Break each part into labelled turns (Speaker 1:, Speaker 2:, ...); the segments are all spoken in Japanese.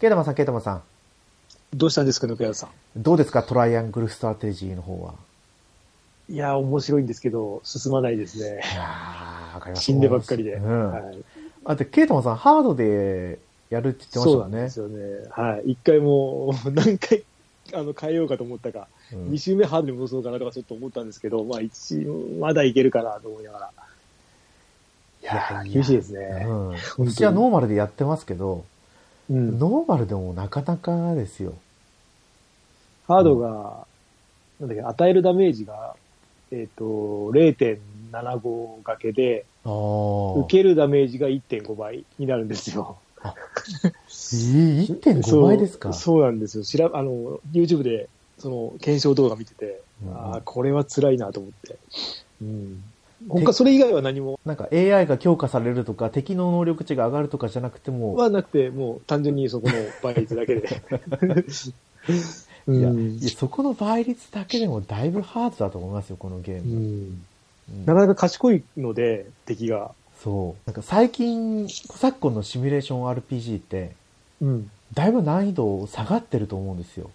Speaker 1: ケイタマンさん、ケイタマンさん。
Speaker 2: どうしたんですか、ぬかやさ
Speaker 1: どうですか、トライアングルストラテジーの方は。
Speaker 2: ん。いやー、面白いんですけど、進まないですね。
Speaker 1: いやーわかります
Speaker 2: 死んでばっかりで。
Speaker 1: うん。
Speaker 2: はい、
Speaker 1: あと、ケイタマンさん、ハードでやるって言ってまし
Speaker 2: そ
Speaker 1: たも
Speaker 2: うなんん
Speaker 1: ね
Speaker 2: で。すよね。はい。一回もう、 何回、あの、変えようかと思ったか、
Speaker 1: うん
Speaker 2: 二周目ハードに戻そうかなとかちょっと思ったんですけど、まあ、一、まだいけるかなと思いながら。いやー、厳しいですね。
Speaker 1: うん。
Speaker 2: に
Speaker 1: うちはノーマルでやってますけど、
Speaker 2: うん。
Speaker 1: ノーマルでもなかなかですよ。
Speaker 2: ハードが、なんだっけ、与えるダメージが、えっ、と、0.75掛けで、
Speaker 1: ああ。
Speaker 2: 受けるダメージが1.5倍になるんですよ。
Speaker 1: えー1.5倍ですか
Speaker 2: そうそうなんですよ。調べあの、YouTube で、その、検証動画見てて、
Speaker 1: うん
Speaker 2: ああ、これは辛いなと思って。うん。他、それ以外は何も
Speaker 1: なんか AI が強化されるとか、敵の能力値が上がるとかじゃなくても、
Speaker 2: はなくて、もう単純にそこの倍率だけで。う
Speaker 1: いや
Speaker 2: ん
Speaker 1: いやそこの倍率だけでもだいぶハードだと思いますよ、このゲー
Speaker 2: う
Speaker 1: ム。
Speaker 2: ん
Speaker 1: うん
Speaker 2: なかなか賢いので、敵が。
Speaker 1: そう。なんか最近、昨今のシミュレーション RPG って、
Speaker 2: うん。
Speaker 1: だいぶ難易度下がってると思うんですよ。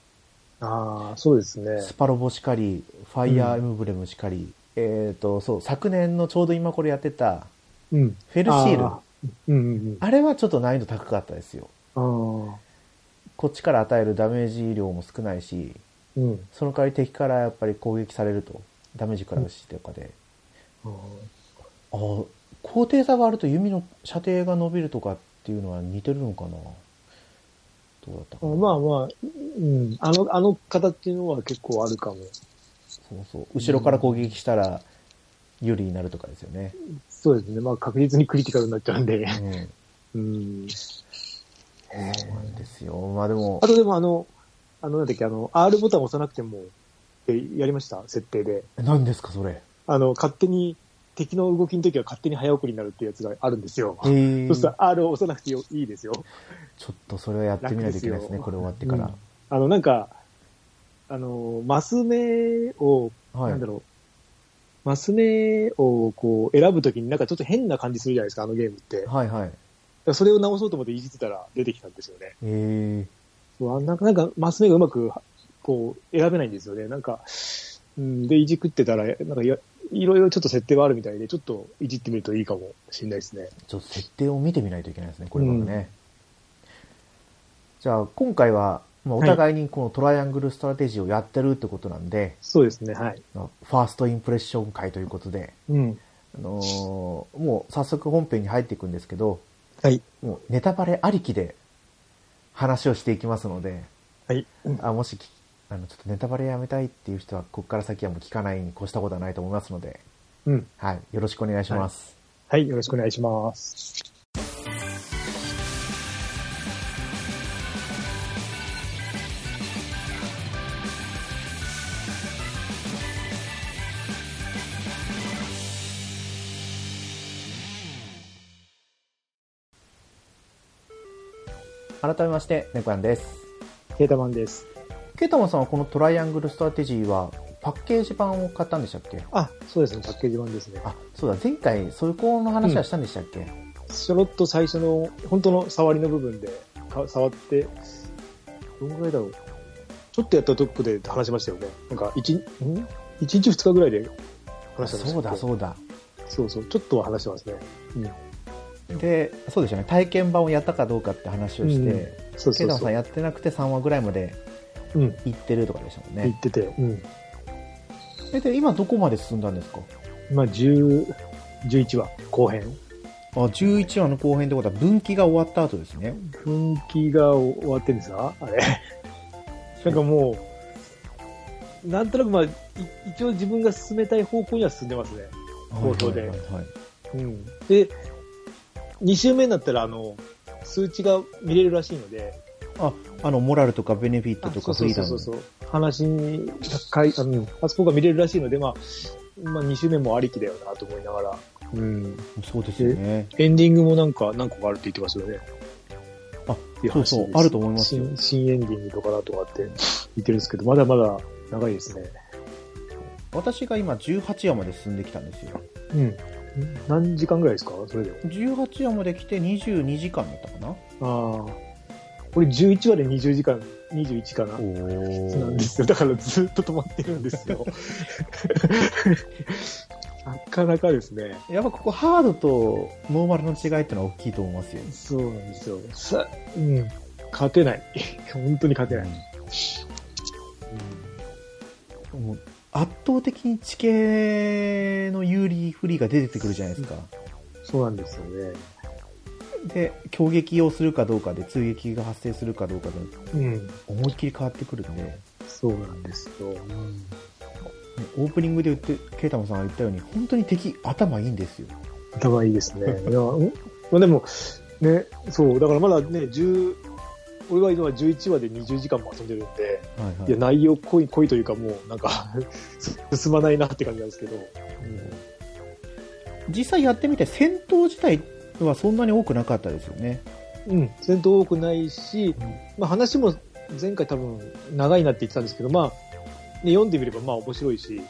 Speaker 2: ああ、そうですね。
Speaker 1: スパロボしかり、ファイアーエムブレムしかり、えっ、と、そう、昨年のちょうど今これやってた、
Speaker 2: うん。
Speaker 1: フェルシール。
Speaker 2: あ
Speaker 1: あ
Speaker 2: ーうんうん
Speaker 1: れはちょっと難易度高かったですよ。
Speaker 2: うん。ああ。
Speaker 1: こっちから与えるダメージ量も少ないし、
Speaker 2: うん。
Speaker 1: その代わり敵からやっぱり攻撃されると、ダメージ食らうしとかで、
Speaker 2: あー
Speaker 1: ああ、高低差があると弓の射程が伸びるとかっていうのは似てるのかなどうだったかな
Speaker 2: まあまあ、うん。あの、あの形のは結構あるかも。
Speaker 1: そうそう。後ろから攻撃したら有利になるとかですよね。
Speaker 2: そうですね。まあ確実にクリティカルになっちゃうんで。
Speaker 1: うん。
Speaker 2: うん。
Speaker 1: そうなんですよ。まあでも
Speaker 2: あ、とでもあの、あの、なんだっけ、あの、R ボタン押さなくても、えやりました設定で。
Speaker 1: 何ですかそれ。
Speaker 2: あの、勝手に、敵の動きの時は勝手に早送りになるっていうやつがあるんですよ。
Speaker 1: えー
Speaker 2: そしたら R を押さなくてよいいですよ。
Speaker 1: ちょっとそれはやってみないといけないですね。
Speaker 2: 楽ですよ
Speaker 1: これ終わってから。
Speaker 2: あの、なんか、あの、マス目を、
Speaker 1: はい
Speaker 2: なんだ。ろう、マス目をこう選ぶときになんかちょっと変な感じするじゃないですか、あのゲームって。だか
Speaker 1: はいはい。
Speaker 2: らそれを直そうと思っていじってたら出てきたんですよね。
Speaker 1: えー、
Speaker 2: そうあなんか、なんか、マス目がうまく、こう、選べないんですよね。なんか、うん、で、いじくってたら、なんかや、いろいろちょっと設定はあるみたいで、ちょっといじってみるといいかもしれないですね。
Speaker 1: ちょっと設定を見てみないといけないですね。これまでね。じゃあ、今回は、まあ、お互いにこのトライアングルストラテジーをやってるってことなんで、
Speaker 2: そうですね、はい。
Speaker 1: まあファーストインプレッション会ということで、
Speaker 2: うん。
Speaker 1: あのーもう早速本編に入っていくんですけど、
Speaker 2: はい。
Speaker 1: もうネタバレありきで話をしていきますので、
Speaker 2: はい。
Speaker 1: あもしきあのちょっとネタバレやめたいっていう人は、ここから先はもう聞かないに越したことはないと思いますので、
Speaker 2: うん。
Speaker 1: はい、よろしくお願いします。
Speaker 2: はい、よろしくお願いします。
Speaker 1: 改めまして、猫やんです。
Speaker 2: ケータマンです。
Speaker 1: ケイタマンさんはこのトライアングルストラテジーはパッケージ版を買ったんでしたっけ
Speaker 2: あ、そうですね、パッケージ版ですね。
Speaker 1: あ、そうだ、前回、そういう子の話はしたんでしたっけ、
Speaker 2: ちょろっと最初の、本当の触りの部分で、か触って、どのぐらいだろう。ちょっとやったとこで話しましたよね。なんか、一、ん一日二日ぐらいで話してました
Speaker 1: そうだ、
Speaker 2: う。
Speaker 1: そうだ。
Speaker 2: そうそう、ちょっとは話してますね。うん。
Speaker 1: で、そうでしたね、体験版をやったかどうかって話をして、
Speaker 2: うんそう
Speaker 1: ケ
Speaker 2: そ
Speaker 1: イタ
Speaker 2: う
Speaker 1: マン
Speaker 2: そ
Speaker 1: さ
Speaker 2: う。
Speaker 1: んやってなくて3話ぐらいまで
Speaker 2: うん。
Speaker 1: 行ってるとかでしたもん
Speaker 2: 言
Speaker 1: ね
Speaker 2: っ。てて。うん。
Speaker 1: えで、今どこまで進んだんですか
Speaker 2: まあ、10、11話、後編。
Speaker 1: あ、11話の後編ってことは分岐が終わった後ですね。
Speaker 2: 分岐が終わってんですかあれ。 なんかもう、なんとなくまあ、い一応自分が進めたい方向には進んでますね。冒頭で
Speaker 1: はいはいはいはい
Speaker 2: うん、で、2周目になったら、あの、数値が見れるらしいので、
Speaker 1: あの、モラルとかベネフィットとか
Speaker 2: そう
Speaker 1: フ
Speaker 2: そ
Speaker 1: リ
Speaker 2: う
Speaker 1: ー
Speaker 2: そ
Speaker 1: ダ
Speaker 2: うそ
Speaker 1: ム
Speaker 2: う。そう、話に、かいあのあそこが見れるらしいので、まあ、まあ、2周目もありきだよなと思いながら、うん、
Speaker 1: そうですよね。
Speaker 2: エンディングもなんか何個かあるって言ってましたよね。
Speaker 1: あ
Speaker 2: ってい話
Speaker 1: そう
Speaker 2: です、
Speaker 1: そう、あると思いますよ。
Speaker 2: 新新エンディングとかだとかって言ってるんですけど、まだまだ長いですね。
Speaker 1: 私が今18話まで進んできたんですよ。
Speaker 2: うん。何時間ぐらいですかそれでも。
Speaker 1: 18話まで来て22時間だったかな
Speaker 2: ああ。俺11話で20時間、21かな。
Speaker 1: お
Speaker 2: なんですよ。だからずっと止まってるんです よ。なかなかですね。
Speaker 1: やっぱここハードとノーマルの違いってのは大きいと思いますよ。
Speaker 2: そうなんですよ。さ、うん。勝てない。本当に勝てない。
Speaker 1: うんもう圧倒的に地形の有利不利が出てくるじゃないですか。
Speaker 2: そうなんですよね。
Speaker 1: で、攻撃をするかどうかで、追撃が発生するかどうかで、
Speaker 2: うん。
Speaker 1: 思いっきり変わってくるんで、ね
Speaker 2: そうなんですよ。
Speaker 1: オープニングで言って、ケイタマさんが言ったように、本当に敵、頭いいんですよ。
Speaker 2: 頭いいですね。いや、うんまあ、でも、ね、そう、だからまだね、10、俺が今11話で20時間も遊んでるんで、
Speaker 1: はいはい
Speaker 2: いや、内容濃い、濃いというかもう、なんか、 進まないなって感じなんですけど、
Speaker 1: 実際やってみて、戦闘自体はそんなに多くなかったですよね。
Speaker 2: うん、戦闘多くないし、まあ話も前回多分長いなって言ってたんですけど、まあ、ね、読んでみればまあ面白いし、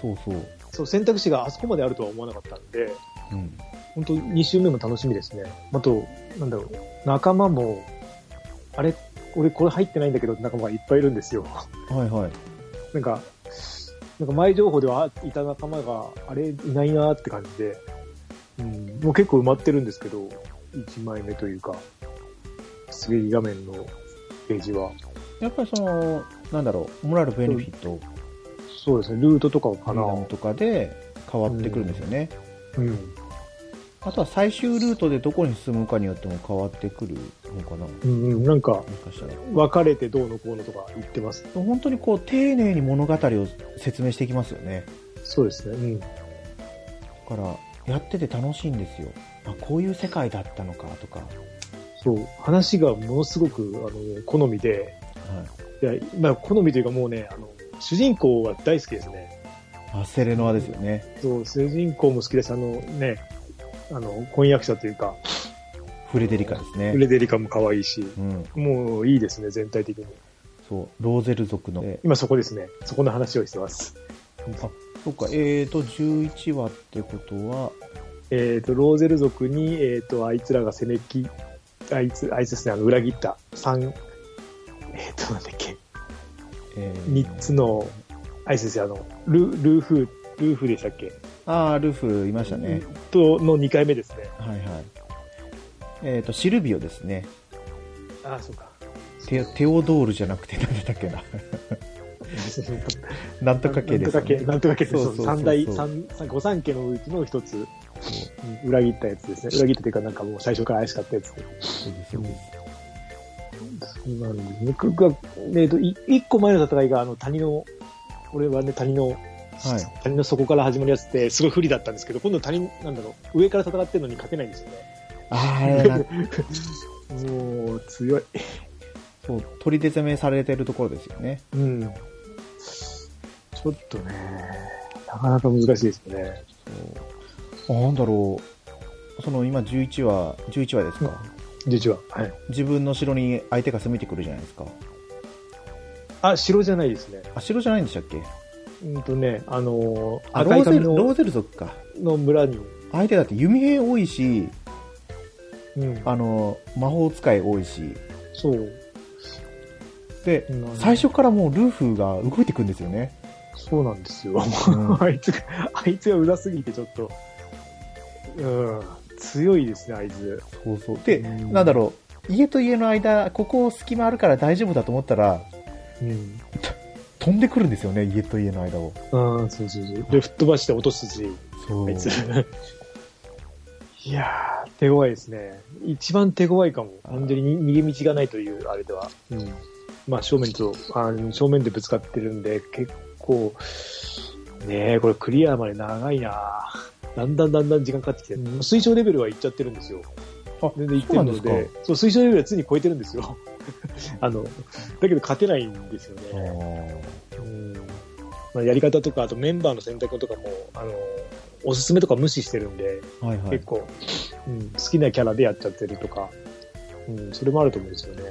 Speaker 1: そうそう。
Speaker 2: そう、選択肢があそこまであるとは思わなかったんで、
Speaker 1: うん。
Speaker 2: 本当2週目も楽しみですね。あと、なんだろう、仲間も、あれ、俺これ入ってないんだけどって仲間がいっぱいいるんですよ。
Speaker 1: はいはい。
Speaker 2: なんか、なんか前情報ではあいた仲間が、あれいないなーって感じで、うん、もう結構埋まってるんですけど、1枚目というか、出撃画面のページは。
Speaker 1: やっぱりその、なんだろう、モラルベネフィット、
Speaker 2: そうですね、ルートとか
Speaker 1: パ
Speaker 2: か
Speaker 1: リ
Speaker 2: な。
Speaker 1: ダムとかで変わってくるんですよね。
Speaker 2: うん。
Speaker 1: あとは最終ルートでどこに進むかによっても変わってくるのかな。も
Speaker 2: うんうん、なんか、
Speaker 1: しかしたら。
Speaker 2: 分かれてどうのこうのとか言ってます。
Speaker 1: 本当にこう、丁寧に物語を説明していきますよね。
Speaker 2: そうですね、うん。
Speaker 1: だから、やってて楽しいんですよ。あ、こういう世界だったのかとか。は
Speaker 2: そう、話がものすごく、あの、好みで、いや、まあ、好みというかもうね、あの、主人公は大好きですね。
Speaker 1: い。アセレノアですよね。
Speaker 2: そう、主人公も好きです。あのね、あの、婚約者というか、
Speaker 1: フレデリカです
Speaker 2: フ
Speaker 1: ね。
Speaker 2: レデリカも可愛いし、
Speaker 1: うん。
Speaker 2: もういいですね、全体的に。
Speaker 1: そう、ローゼル族の。で
Speaker 2: 今そこですね。そこの話をしてます。
Speaker 1: あ、そっか、えーと、11話ってことは、
Speaker 2: えっ、と、ローゼル族に、えっ、と、あいつらがセネキ、あいつ、あいつですね、あの、裏切った、三、えっ、と、なんだっけ、
Speaker 1: えー
Speaker 2: 三つの、あいつですよ、あの、ル、ルーフ、ルーフでしたっけ
Speaker 1: あー、ルフいましたね。
Speaker 2: と、の2回目ですね。
Speaker 1: はいはい。えっ、と、シルビオですね。
Speaker 2: ああ、そうか。
Speaker 1: テテオドールじゃなくて、なんだったっけな。 なんとか系です、
Speaker 2: なんとかけ、なんとかけです。
Speaker 1: そうそうそうそう
Speaker 2: 三大、三、三御三家のうちの一つ、うん裏切ったやつですね。裏切ったというか、なんかもう最初から怪しかったやつ。
Speaker 1: そうですそうです
Speaker 2: そうなんですね。僕は、えっと、い一個前の戦いが、あの、谷の、俺はね、谷の、
Speaker 1: はい
Speaker 2: 谷の底から始まるやつって、すごい不利だったんですけど、今度谷、なんだろう、上から戦ってるのに勝てないんですよね。
Speaker 1: あーあれな、
Speaker 2: もう、強い。
Speaker 1: そう、取り手攻めされてるところですよね。
Speaker 2: うん。ちょっとね、なかなか難しいですよね。
Speaker 1: そうあなんだろう。その今11話、11話ですか。
Speaker 2: 実は。はい。
Speaker 1: 自分の城に相手が攻めてくるじゃないですか。
Speaker 2: あ、城じゃないですね。
Speaker 1: あ、城じゃないんでしたっけ
Speaker 2: うんとね、あのー、
Speaker 1: あ、ロ
Speaker 2: 赤い
Speaker 1: ーゼ
Speaker 2: 髪
Speaker 1: ル、ロー
Speaker 2: の
Speaker 1: ゼル族か。
Speaker 2: の村に、
Speaker 1: 相手だって弓兵多いし、
Speaker 2: うん、
Speaker 1: あの、魔法使い多いし。
Speaker 2: そう、
Speaker 1: で、
Speaker 2: うん
Speaker 1: 最初からもうルーフが動いてくんですよね。
Speaker 2: そうなんですよ。
Speaker 1: うん
Speaker 2: あいつが、あいつがうざすぎてちょっと、うん、強いですね、あいつ。
Speaker 1: そうそう。で、
Speaker 2: うん
Speaker 1: なんだろう、家と家の間、ここ隙間あるから大丈夫だと思ったら、
Speaker 2: うん。
Speaker 1: 飛んでくるんですよね、家と家の間を。
Speaker 2: うん、そうそうそう。で、吹っ飛ばして落とすし、
Speaker 1: そ
Speaker 2: あいつ。 いやー、手強いですね。一番手強いかも。本当にに逃げ道がないという、あれでは。うん。まあ、正面と、あの正面でぶつかってるんで、結構、ねえ、これクリアまで長いなだんだんだんだん時間かかってきて、推奨レベルはいっちゃってるんですよ。
Speaker 1: あ
Speaker 2: 全然いってるの
Speaker 1: そうなんで
Speaker 2: で、そう推奨レベルはついに超えてるんですよ。 あの、だけど勝てないんですよね。
Speaker 1: あー
Speaker 2: うんまあ、やり方とか、あとメンバーの選択とかも、あの、おすすめとか無視してるんで、
Speaker 1: はいはい
Speaker 2: 結。構、うん、好きなキャラでやっちゃってるとか、うん、それもあると思うんですよね。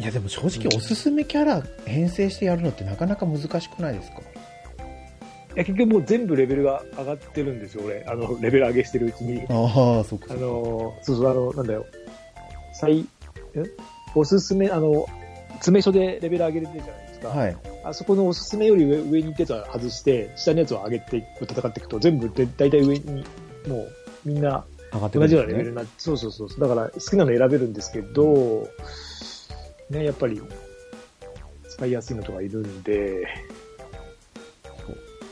Speaker 1: いや、でも正直おすすめキャラ編成してやるのってなかなか難しくないですか
Speaker 2: いや、結局もう全部レベルが上がってるんですよ、俺。あの、レベル上げしてるうちに。
Speaker 1: ああ、そっか
Speaker 2: あ。の、そうそう、あの、なんだよ。最、えおすすめ、あの、詰め所でレベル上げれてるじゃないですか。
Speaker 1: はい。
Speaker 2: あそこのおすすめより上上に行ってたやつは外して、下のやつを上げて戦っていくと、全部で大体上に、もう、みんな
Speaker 1: 上がってく
Speaker 2: 同
Speaker 1: るん
Speaker 2: じよう
Speaker 1: で
Speaker 2: な
Speaker 1: す
Speaker 2: レベル
Speaker 1: ね。
Speaker 2: になって、そうそうそうそう。だから好きなの選べるんですけど、ね、やっぱり、使いやすいのとかいるんで、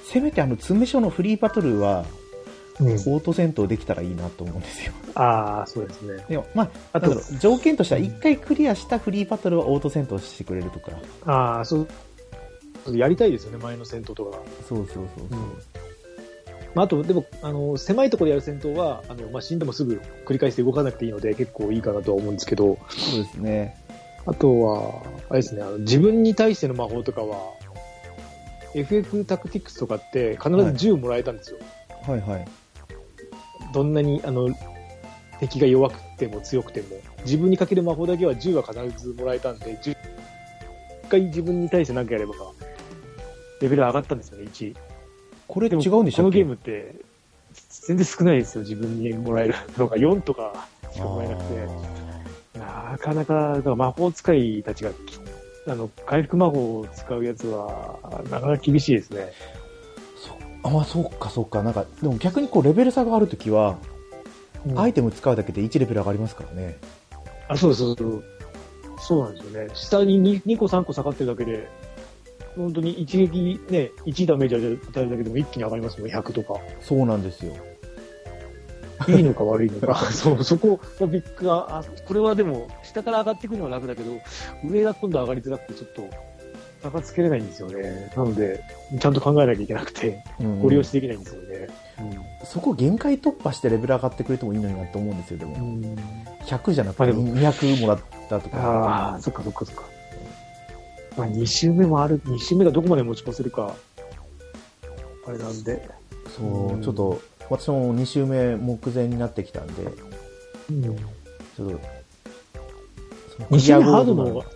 Speaker 1: せめてあの、詰め所のフリーバトルは、
Speaker 2: うん
Speaker 1: オート戦闘できたらいいなと思うんですよ。
Speaker 2: ああ、そうですね。
Speaker 1: でも、まあ、
Speaker 2: あ
Speaker 1: なんだ
Speaker 2: と
Speaker 1: ろ、う条件としては、一回クリアしたフリーバトルはオート戦闘してくれるとか。
Speaker 2: ああ、そう、やりたいですよね、前の戦闘とか。
Speaker 1: そうそうそうそう。
Speaker 2: まあ、あと、でも、あの、狭いところでやる戦闘は、あの、まあ、死んでもすぐ繰り返して動かなくていいので、結構いいかなとは思うんですけど、
Speaker 1: そうですね。
Speaker 2: あとは、あれですね、あの自分に対しての魔法とかは、FF タクティクスとかって必ず銃もらえたんですよ。
Speaker 1: はいはい。
Speaker 2: どんなに、あの、敵が弱くても強くても。自分にかける魔法だけは銃は必ずもらえたんで、10一回自分に対して何かやれば、レベル上がったんですよね、1。
Speaker 1: これ違うんでし
Speaker 2: こ
Speaker 1: ょ
Speaker 2: のゲームって、全然少ないですよ、自分にもらえるのが。4とかしかもらえなくて。なかなか、だから魔法使いたちがき、あの、回復魔法を使うやつは、なかなか厳しいですね。
Speaker 1: そうあまあそうかそうかなんかでも逆にこうレベル差があるときは、
Speaker 2: うん
Speaker 1: アイテム使うだけで1レベル上がりますからね
Speaker 2: あ、そうそうそう。そうなんですよね。下に 2, 2個3個下がってるだけで、本当に一撃ね、1ダメージ与えるだけでも一気に上がりますもん、100とか。
Speaker 1: そうなんですよ
Speaker 2: いいのか悪い のか。そう、そこがビッグが、あ、これはでも、下から上がっていくのは楽だけど、上が今度上がりづらくて、ちょっと、差がつけれないんですよね。なので、ちゃんと考えなきゃいけなくて、
Speaker 1: うん
Speaker 2: ご利用しできないんですよね。
Speaker 1: そこ限界突破してレベル上がってくれてもいいのになと思うんですよで
Speaker 2: う
Speaker 1: も
Speaker 2: ん。
Speaker 1: 100じゃなくて
Speaker 2: まあでも
Speaker 1: 200もらったとか
Speaker 2: ああ、そっかそっかそっか。まあ、2周目もある、2周目がどこまで持ち越せるか、あれなんで。
Speaker 1: そう、
Speaker 2: うん
Speaker 1: ちょっと私も2周目目前になってきたんで
Speaker 2: うん
Speaker 1: ちょっとその
Speaker 2: 2周目ハー
Speaker 1: クリア後
Speaker 2: ドの
Speaker 1: の
Speaker 2: 方が、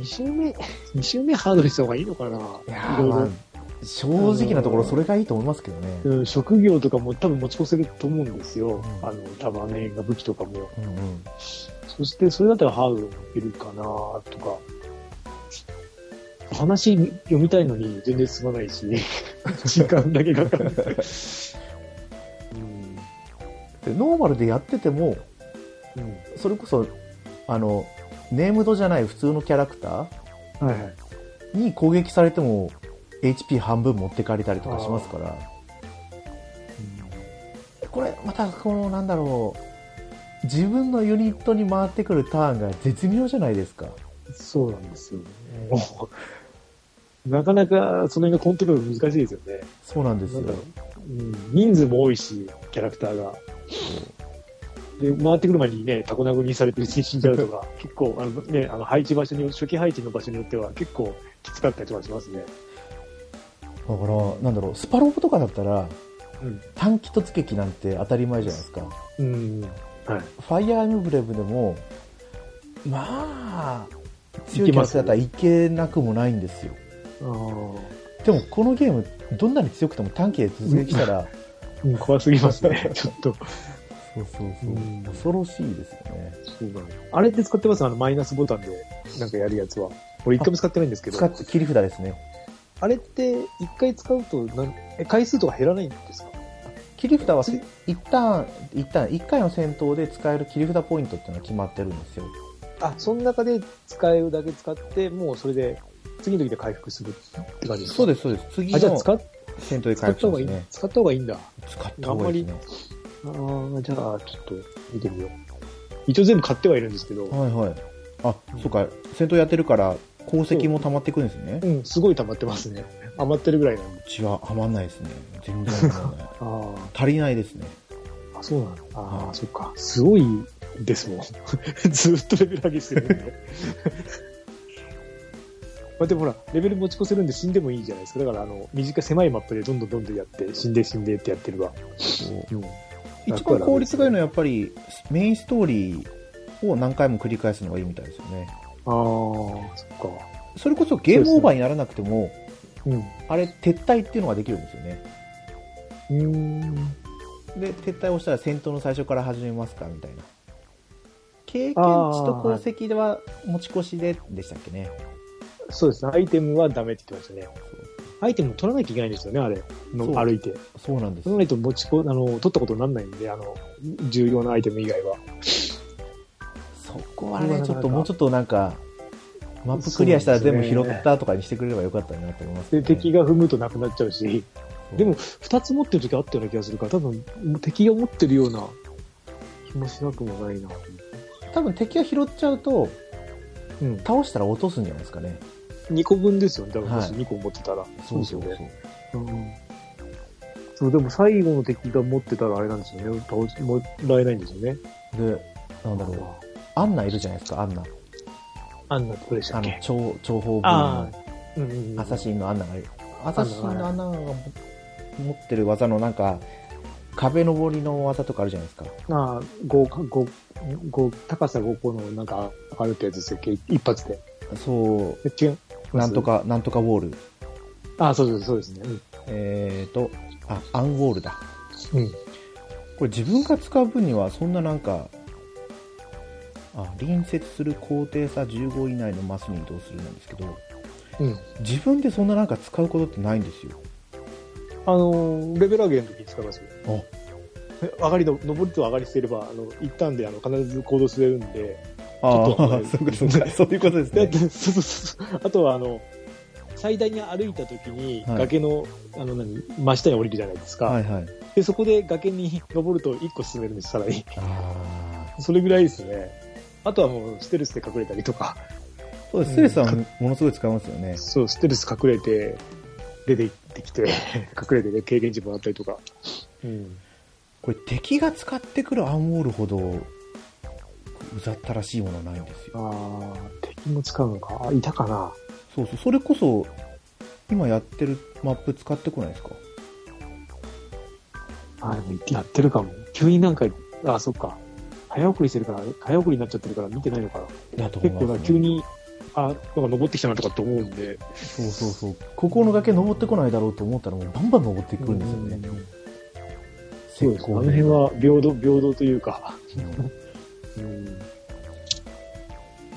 Speaker 2: 2周目、2周目ハードにした方がいいのかな。
Speaker 1: いや
Speaker 2: いろ
Speaker 1: ー
Speaker 2: いろ
Speaker 1: まあ正直なところそれがいいと思いますけどね、
Speaker 2: うん職業とかも多分持ち越せると思うんですよ。
Speaker 1: うん
Speaker 2: あの、多分ね、武器とかも。
Speaker 1: うんうん、
Speaker 2: そして、それだったらハードルもいるかなとか。話読みたいのに全然進まな いし、時間だけかかる。うん
Speaker 1: でノーマルでやってても
Speaker 2: うん
Speaker 1: それこそあのネームドじゃない普通のキャラクタ
Speaker 2: はいはい。
Speaker 1: ーに攻撃されても HP 半分持ってかれたりとかしますからこれまたこのなんだろう自分のユニットに回ってくるターンが絶妙じゃないですか
Speaker 2: そうなんですよ。もうなかなかその辺がコントロール難しいですよね。
Speaker 1: そうなんです
Speaker 2: な
Speaker 1: よ
Speaker 2: んだろう、うん、人数も多いし、キャラクターが。で、回ってくる前にね、タコ殴りにされてるうちに死んじゃうと か、結構、あのね、あの配置場所によ、初期配置の場所によっては結構きつかったりとかしますね。
Speaker 1: だからなんだろうスパロボとかだったら
Speaker 2: うん。
Speaker 1: 短期突撃なんて当たり前じゃないですか
Speaker 2: うん。はい。
Speaker 1: ファイアーエムブレムでもまあ強いキャラクターだったらいけなくもないんですよ
Speaker 2: ああ。
Speaker 1: でもこのゲームどんなに強くても短期で続撃したら
Speaker 2: うん、怖すぎますね、ちょっと。
Speaker 1: そうそうそう
Speaker 2: うん
Speaker 1: 恐ろしいですよね
Speaker 2: そうなのあれって使ってますあの、マイナスボタンで、なんかやるやつは。俺一回も使ってないんですけど。
Speaker 1: 使って切り札ですね
Speaker 2: あれって、一回使うとなん、え、回数とか減らないんですか
Speaker 1: 切り札は
Speaker 2: 次
Speaker 1: 一旦一旦一回の戦闘で使える切り札ポイントっていうのが決まってるんですよ
Speaker 2: あ、その中で使えるだけ使って、もうそれで、次の時で回復するって感じですか
Speaker 1: そう
Speaker 2: で
Speaker 1: ですそうです次
Speaker 2: あ、じゃあ
Speaker 1: の
Speaker 2: 使っ
Speaker 1: 戦闘で
Speaker 2: 使
Speaker 1: 回
Speaker 2: った方
Speaker 1: 復
Speaker 2: がい
Speaker 1: で
Speaker 2: い、
Speaker 1: すね
Speaker 2: 使った方がいいんだ。あ
Speaker 1: 使った方がいいですね
Speaker 2: あー、じゃあ、ちょっと見てみよう。一応全部買ってはいるんですけど、
Speaker 1: はいはいあ、
Speaker 2: うん
Speaker 1: そうか戦闘やってるから功績も溜まってくるんですね
Speaker 2: うん、すごい溜まってますね。余ってるぐらいなんで
Speaker 1: う。ちは余んないですね全然余んない
Speaker 2: あー
Speaker 1: 足りないですね
Speaker 2: あ、そうなのあ
Speaker 1: は
Speaker 2: あ、
Speaker 1: い
Speaker 2: そっか。すごいですもん。 ずーっとレベル上げしてるん で。まあでもほら、レベル持ち越せるんで死んでもいいじゃないですか。だから、あの、短い狭いマップでどんどんどんどんやって、死んで死んでってやってれば。
Speaker 1: こう
Speaker 2: うん
Speaker 1: 一番効率がいいのはやっぱりメインストーリーを何回も繰り返すのがいいみたいですよね
Speaker 2: ああ、そっか。
Speaker 1: それこそゲームオーバーにならなくても、
Speaker 2: うん。う
Speaker 1: あれ撤退っていうのができるんですよね
Speaker 2: ーん。
Speaker 1: で撤退をしたら戦闘の最初から始めますかみたいな経験値と功績では持ち越しででしたっけね。
Speaker 2: そうですね。アイテムはダメって言ってましたね。アイテム取らなきゃいけないんですよね、あれ。の
Speaker 1: そう
Speaker 2: 歩いて。
Speaker 1: そうなんです
Speaker 2: 取ら
Speaker 1: よ。
Speaker 2: ないと持ちこ、あの、取ったことにならないんで、あの、重要なアイテム以外は。
Speaker 1: そこはね、
Speaker 2: なかなか
Speaker 1: ちょっともうちょっとなんか、マップクリアしたら全部拾ったとかにしてくれればよかったなと思いますけ
Speaker 2: で、
Speaker 1: どね、
Speaker 2: 敵が踏むとなくなっちゃうし、
Speaker 1: そう
Speaker 2: でも、二つ持ってる時あったような気がするから、多分、敵が持ってるような気もしなくもないな。
Speaker 1: 多分敵が拾っちゃうと、
Speaker 2: うん。
Speaker 1: 倒したら落とすんじゃないですかね。
Speaker 2: 二個分ですよね、多分、
Speaker 1: はい
Speaker 2: 私二個持ってたら。
Speaker 1: そう
Speaker 2: ね。うん。そう、でも最後の敵が持ってたらあれなんですよね。倒しもらえないんですよね。
Speaker 1: そうで、なんだろう。アンナいるじゃないですか、アンナ。
Speaker 2: あんなとこでした
Speaker 1: あ
Speaker 2: っ
Speaker 1: の
Speaker 2: け、
Speaker 1: 超、超方
Speaker 2: あ
Speaker 1: の
Speaker 2: うんうんうん
Speaker 1: アサシンのアンナがいる。アサシンのアンナが持ってる技のなんか、壁登りの技とかあるじゃないですか。
Speaker 2: ああ、5か、5、5、高さ5個のなんか上がるってやつですよ、一発で。
Speaker 1: そ
Speaker 2: でキュン
Speaker 1: う、なんと。か、なんとかウォール。
Speaker 2: ああ、そうそうそうですね。
Speaker 1: えーと、あ、アンウォールだ。
Speaker 2: うん。うん
Speaker 1: これ自分が使う分にはそんななんか、あ、隣接する高低差15以内のマスに移動するなんですけど、
Speaker 2: うん。
Speaker 1: 自分でそんななんか使うことってないんですよ。
Speaker 2: あのーレベル上げの時に使いますよ。
Speaker 1: あ、
Speaker 2: え上がりの、上りと上がりしてれば、あの、一旦であの必ず行動すれるんで、
Speaker 1: あ
Speaker 2: ち ょっと
Speaker 1: ーそういうこと そうかそういうことです
Speaker 2: で
Speaker 1: ね
Speaker 2: あ。とそうそうそうあとは、あの、最大に歩いた時に、
Speaker 1: はい
Speaker 2: 崖の、あの、何、真下に降りるじゃないですか。
Speaker 1: はいはい。
Speaker 2: で、そこで崖に登ると1個進めるんです、さらに。
Speaker 1: あ
Speaker 2: それぐらいですね。あとはもう、ステルスで隠れたりとか。
Speaker 1: あ。そうです。ステレスはものすごい使いますよね。
Speaker 2: そう、ステルス隠れて、出て行っ てきて、隠れて、ね、経験値もらったりとか。うん。
Speaker 1: これ敵が使ってくるアンウォールほど、うざったらしいものはないんですよ。
Speaker 2: ああ、敵も使うのか。あ、いたかな。
Speaker 1: そうそう。それこそ、今やってるマップ使ってこないですか
Speaker 2: あーでもやってるかも。急になんか、あー、そっか。早送りしてるから、早送りになっちゃってるから見てないのかな。
Speaker 1: だと思い
Speaker 2: 結
Speaker 1: ま
Speaker 2: 構
Speaker 1: す、
Speaker 2: な、急に、あー、なんか登ってきたなとかって思うんで。
Speaker 1: そうそうそう。ここの崖登ってこないだろうと思ったらもうバンバン登ってくるんですよね。
Speaker 2: そうですね。あの辺は平等、平等というか。
Speaker 1: うん
Speaker 2: うん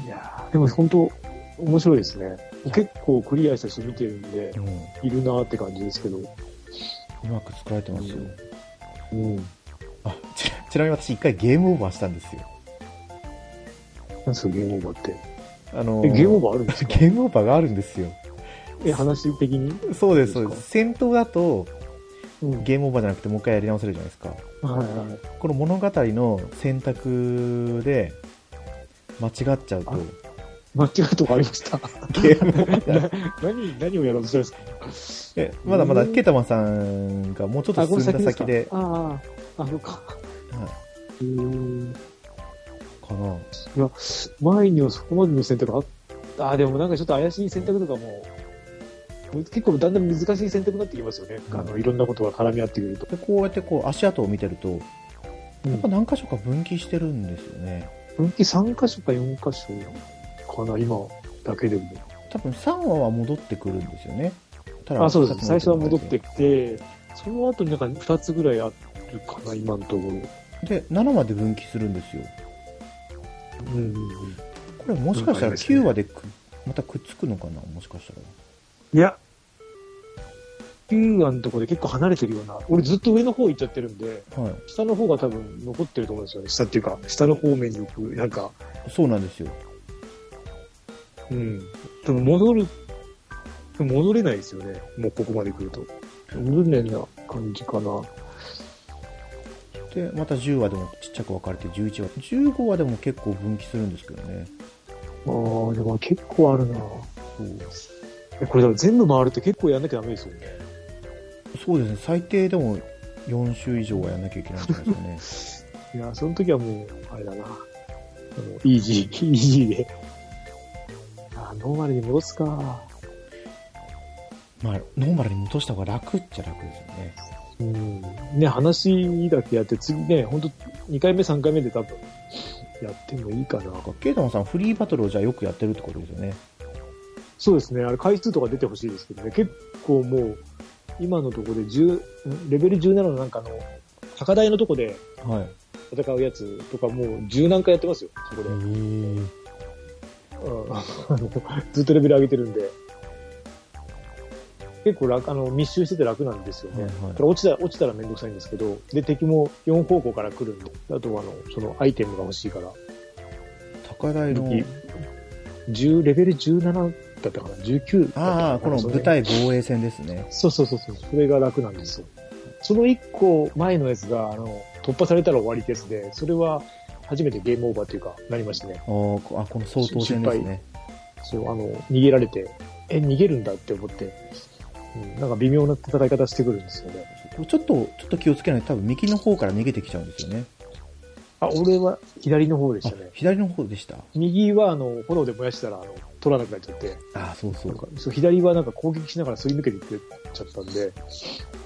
Speaker 2: いやーでも本当、面白いですね。結構クリアした人見てるんで、
Speaker 1: うん
Speaker 2: いるなーって感じですけど。
Speaker 1: うまく作られてますよ。
Speaker 2: うん。
Speaker 1: あちちなみに私一回ゲームオーバーしたんですよ。
Speaker 2: なんすか、ゲームオーバーって。
Speaker 1: あの
Speaker 2: え、ゲームオーバーあるんですか
Speaker 1: ゲームオーバーがあるんですよ。
Speaker 2: え、話的に
Speaker 1: そうです、
Speaker 2: そ
Speaker 1: そうう
Speaker 2: で
Speaker 1: ですす。戦闘だと
Speaker 2: うん。
Speaker 1: ゲームオーバーじゃなくてもう一回やり直せるじゃないですか。
Speaker 2: はいはい。
Speaker 1: この物語の選択で間違っちゃうと
Speaker 2: あ間違うとこありました。
Speaker 1: ゲームオーバーになる。
Speaker 2: 何、何をやろうとしたんですか
Speaker 1: えまだまだ
Speaker 2: うん
Speaker 1: ケタマさんがもうちょっと進んだ先で
Speaker 2: あ、あー、あのか。
Speaker 1: は
Speaker 2: うーん。
Speaker 1: いかな。
Speaker 2: 前にはそこまでの選択あった。あー、でもなんかちょっと怪しい選択とかも、む結構だんだん難しい選択になってきますよね。あの、いろんなことが絡み合ってくると。
Speaker 1: でこうやってこう足跡を見てると、
Speaker 2: うん
Speaker 1: やっぱ何箇所か分岐してるんですよね。
Speaker 2: 分岐3箇所か4箇所かな、今だけでも。
Speaker 1: 多分3話は戻ってくるんですよね。ただ
Speaker 2: あ、そうです。最初は戻
Speaker 1: 二
Speaker 2: っ。
Speaker 1: つの
Speaker 2: てきて、その後になんか2つぐらいあるかな、今のところ。
Speaker 1: で、7話で分岐するんですよ。
Speaker 2: うんうんうん。
Speaker 1: これもしかした
Speaker 2: うんありま
Speaker 1: ら
Speaker 2: すね
Speaker 1: 9話でくまたくっつくのかなもしかしたら。
Speaker 2: いや、9話のところで結構離れてるような。俺ずっと上の方行っちゃってるんで、
Speaker 1: はい。
Speaker 2: 下の方が多分残ってると思うんですよね。下っていうか、下の方面に行く、なんか、
Speaker 1: そうなんですよ。
Speaker 2: うん。多分戻る、戻れないですよね。もうここまで来ると。戻れないような感じかな。
Speaker 1: で、また10話でもちっちゃく分かれて11話。15話でも結構分岐するんですけどね。
Speaker 2: ああ、でも結構あるな。
Speaker 1: そう
Speaker 2: えこれでも全部回るって結構やんなきゃダメですよね。
Speaker 1: そうですね。最低でも4週以上はやんなきゃいけないんじゃないですかね。
Speaker 2: いや、その時はもう、あれだな。あのイージー、イージーで。あーノーマルに戻すか。
Speaker 1: まあ、ノーマルに戻した方が楽っちゃ楽ですよね。
Speaker 2: うん。ね、話だけやって、次ね、ほんと、2回目、3回目で多分、やってもいいかな。
Speaker 1: なんかケイタマさん、フリーバトルをじゃあよくやってるってことですよね。
Speaker 2: そうですね。あれ、回数とか出てほしいですけどね。結構もう、今のところで10、んレベル17のなんかあの、高台のとこで、
Speaker 1: はい。
Speaker 2: 戦うやつとかもう十何回やってますよ、そこで。
Speaker 1: ー
Speaker 2: うん あのずっとレベル上げてるんで。結構楽、あの、密集してて楽なんですよね。
Speaker 1: はいはい
Speaker 2: だから落ちたら、落ちたらめんどくさいんですけど、で、敵も4方向から来るんで、あとはあの、そのアイテムが欲しいから、
Speaker 1: 高台の、
Speaker 2: 武器10、レベル17だったかな、19だったかな。
Speaker 1: ああ、この
Speaker 2: そ
Speaker 1: 舞台防衛戦ですね。
Speaker 2: そうそうそうそう、それが楽なんですよ。その1個前のやつが、あの、突破されたら終わりですで、それは初めてゲームオーバーというか、なりましたね。
Speaker 1: あーこあ、この総統戦ですね。
Speaker 2: そう、あの、逃げられて、え、逃げるんだって思って、うん、なんか微妙な戦い方してくるんですよね。
Speaker 1: これちょっと、ちょっと気をつけないと多分右の方から逃げてきちゃうんですよね。
Speaker 2: あ、俺は左の方でし
Speaker 1: あ
Speaker 2: たね、。
Speaker 1: 左の方でした。
Speaker 2: 右は、あの、炎で燃やしたら、あの、取らなくなっちゃって、
Speaker 1: ああ、そうそ
Speaker 2: なん
Speaker 1: う。
Speaker 2: かそう左はなんか攻撃しながらすり抜けていってっちゃったんで、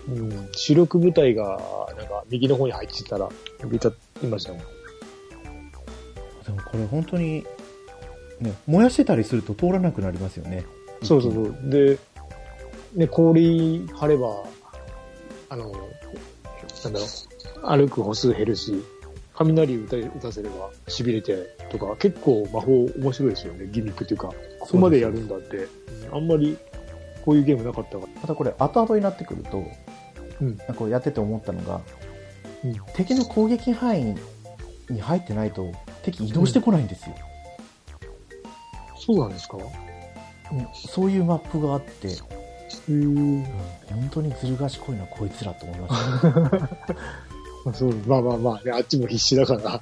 Speaker 2: うん、主力部隊が、なんか右の方に入ってきたら、びた、いましたもん。
Speaker 1: でもこれ本当に、ね、燃やしてたりすると通らなくなりますよね。
Speaker 2: そうそうそう。で、ね、氷張れば、あの、なんだろう、歩く歩数減るし、雷打た打たせれば痺れてとか、結構魔法面白いですよね、ギミックというか。ここまでやるんだって、あんまりこういうゲームなかったから。
Speaker 1: またこれ後々になってくると、
Speaker 2: うん
Speaker 1: なんかやってて思ったのが、
Speaker 2: うん
Speaker 1: 敵の攻撃範囲に入ってないと敵移動してこないんですよ、
Speaker 2: そうなんですか
Speaker 1: うんそういうマップがあって、
Speaker 2: うん。
Speaker 1: 本当にずる賢いなこいつらと思いましたね
Speaker 2: まあそう、まあまあまあ、ね、あっちも必死 だから。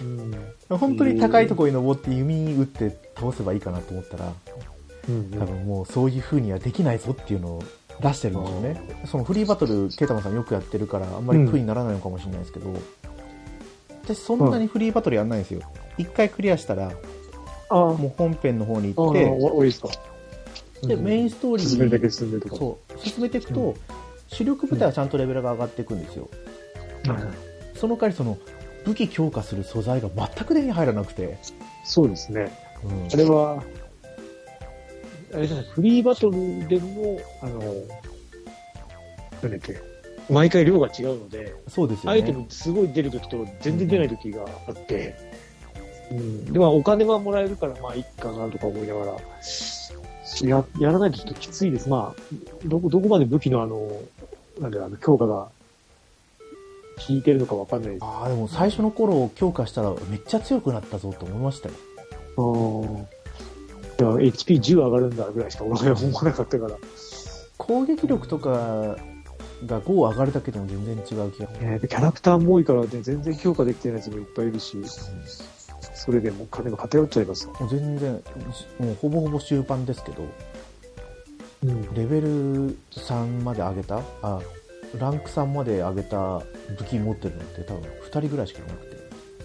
Speaker 2: うん。
Speaker 1: 本当に高いところに登って弓打って倒せばいいかなと思ったら
Speaker 2: うん、
Speaker 1: 多分もうそういう風にはできないぞっていうのを出してるんですよね、そのフリーバトルケイタマンさんよくやってるからあんまり苦にならないのかもしれないですけど、私そんなにフリーバトルやんないんですよ一回クリアしたら
Speaker 2: ああ、も
Speaker 1: もう本編の方に
Speaker 2: う、
Speaker 1: 行
Speaker 2: あ
Speaker 1: っ
Speaker 2: あ、
Speaker 1: て
Speaker 2: 多いですか。
Speaker 1: で、メイン
Speaker 2: ス
Speaker 1: ストーリ
Speaker 2: 進めるだけ
Speaker 1: ー、
Speaker 2: 進んでとか。
Speaker 1: そう、進めていく
Speaker 2: う
Speaker 1: と、主力部隊はちゃんとレベルが上がっていくんですよ。
Speaker 2: はいはい
Speaker 1: その代わり、その、武器強化する素材が全く手に入らなくて。
Speaker 2: そうですね。
Speaker 1: うん
Speaker 2: あれは、あれじゃない、フリーバトルでも、あの、なんだっけ、毎回量が違うので、
Speaker 1: そうですよ
Speaker 2: アイテ
Speaker 1: ね。
Speaker 2: ムすごい出るときと全然出ないときがあって、うん、で、まあお金はもらえるから、まあいいかなとか思いながら、ややらないとちょっときついです。まあ、どこ、どこまで武器のあの、なんだろうあの、強化が効いてるのかわかんないです。
Speaker 1: ああ、でも最初の頃強化したらめっちゃ強くなったぞと思いましたよ。
Speaker 2: いや HP10 上がるんだぐらいしか俺は思わなかったから。
Speaker 1: 攻撃力とかが5上がるだけでも全然違う気がする。
Speaker 2: えーキャラクターも多いからね、全然強化できてないやつもいっぱいいるし、それでもう金が偏っちゃいますよ。
Speaker 1: もう全然、もうほぼほぼ終盤ですけど、
Speaker 2: うん。
Speaker 1: レベル3まで上げたあランク3まで上げた武器持ってるのって多分2人ぐらいしかいなくて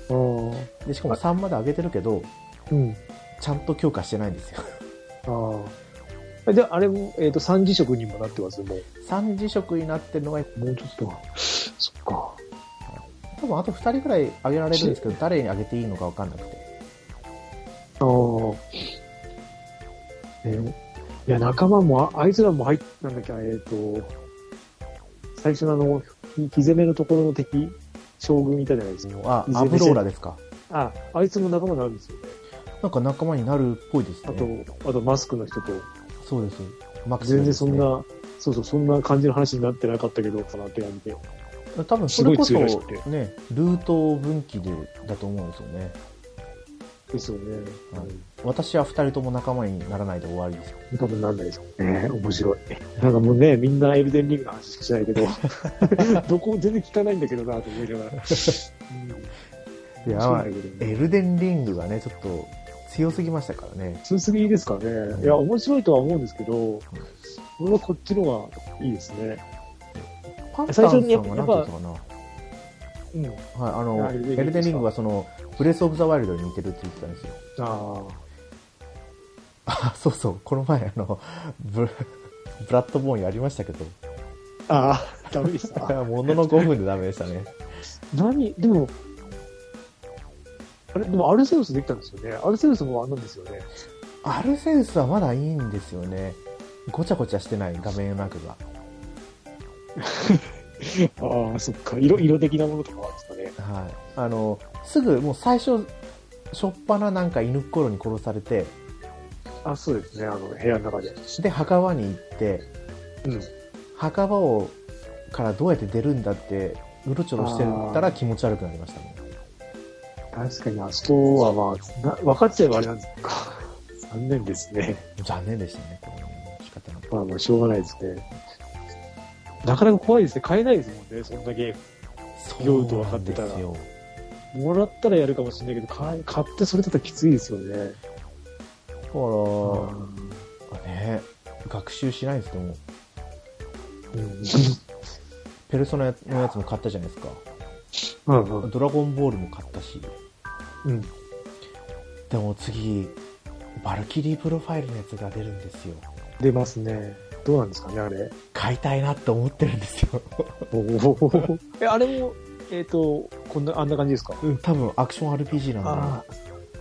Speaker 2: あー
Speaker 1: でしかも3まで上げてるけど
Speaker 2: うん。
Speaker 1: ちゃんと強化してないんですよ
Speaker 2: ああ。で、あれも、えっ、と、三次色にもなってますね、もう。
Speaker 1: 3次色になってるのが
Speaker 2: もうちょっとは。そっか。
Speaker 1: 多分あと2人ぐらい上げられるんですけど誰に上げていいのか分かんなくて
Speaker 2: ああ。えーいや、仲間も、ああいつらも入っなんだっけ、えっ、と、最初のあの、ひひぜめのところの敵、将軍いたじゃないですか。
Speaker 1: あ
Speaker 2: いず
Speaker 1: ア
Speaker 2: れ
Speaker 1: ブ
Speaker 2: にせ
Speaker 1: ローラですか
Speaker 2: あ、あいつも仲間になるんですよね。
Speaker 1: なんか仲間になるっぽいです
Speaker 2: あ
Speaker 1: ね
Speaker 2: と、あとマスクの人と。
Speaker 1: そうですマックス
Speaker 2: 全然
Speaker 1: です
Speaker 2: そ
Speaker 1: ね
Speaker 2: んな、そうそう、そんな感じの話になってなかったけど、かなって感じで。
Speaker 1: 多分それこ
Speaker 2: す
Speaker 1: そ
Speaker 2: ごい強いらしく
Speaker 1: ねルート分岐でだと思うんですよね
Speaker 2: ですよね。
Speaker 1: は私は2人とも仲間にならないで終わりですよ
Speaker 2: 多分なんないですよね。面白い。なんかもうね、みんなエルデンリングの話しかしないけ ど、どこも全然聞かないんだけどなと思いながら。う
Speaker 1: い
Speaker 2: ん
Speaker 1: や
Speaker 2: 面白んだけどね
Speaker 1: エルデンリングがね、ちょっと強すぎましたからね。
Speaker 2: 強すぎですかね。いや、面白いとは思うんですけど、俺はこっちの方がいいですね。
Speaker 1: パンタン
Speaker 2: 最
Speaker 1: さ
Speaker 2: 初
Speaker 1: ん
Speaker 2: にやっ
Speaker 1: は
Speaker 2: ぱ
Speaker 1: 何て言ったかな。はい、
Speaker 2: うん。あ
Speaker 1: あ
Speaker 2: あ
Speaker 1: の、
Speaker 2: エルデンリングですか
Speaker 1: エルデンリングはその、ブレスオブザワイルドに似てるって言ってたんですよ。
Speaker 2: あ。
Speaker 1: あ、そうそう、この前あの、ブラブラッドボーンやりましたけど、
Speaker 2: ああ、ダメでした。
Speaker 1: ものの5分でダメでしたね。
Speaker 2: 何でも、あれ、でもアルセウスできたんですよね。アルセウスもあんなんですよね。
Speaker 1: アルセウスはまだいいんですよね。ごちゃごちゃしてない画面の中が。
Speaker 2: ああ、そっか。色、色的なものとかはですかね。
Speaker 1: はい、あのすぐもう最初初っ端ななんか犬っころに殺されて
Speaker 2: あ、そうですね。あの、部屋の中で。
Speaker 1: で墓場に行って
Speaker 2: うん。
Speaker 1: 墓場をからどうやって出るんだってうろちょろしてたら気持ち悪くなりましたね
Speaker 2: 確かに、あそこはまあ、な分かっちゃえばあれなんですか。 残念ですね。
Speaker 1: 残念でしたねこれはね仕方なく
Speaker 2: まあまあ、しょうがないですね。なかなか怖いですね。買えないですもんね、そんだけ。酔うと分かってたら
Speaker 1: そうなんですよ
Speaker 2: もらったらやるかもしれないけど、買え買ってそれだったらきついですよね。
Speaker 1: だ
Speaker 2: あ
Speaker 1: からね学習しないんですけども
Speaker 2: う
Speaker 1: ペルソナのやつも買ったじゃないですか
Speaker 2: ん。うんうん。
Speaker 1: ドラゴンボールも買ったし
Speaker 2: うん。
Speaker 1: でも次バルキリープロファイルのやつが出るんですよ
Speaker 2: 出ますね。どうなんですかね、あれ。
Speaker 1: 買いたいなって思ってるんですよ
Speaker 2: お お。え、あれも、えっ、と、こんな、あんな感じですか
Speaker 1: うん多分アクション RPG なんだろう
Speaker 2: ああ、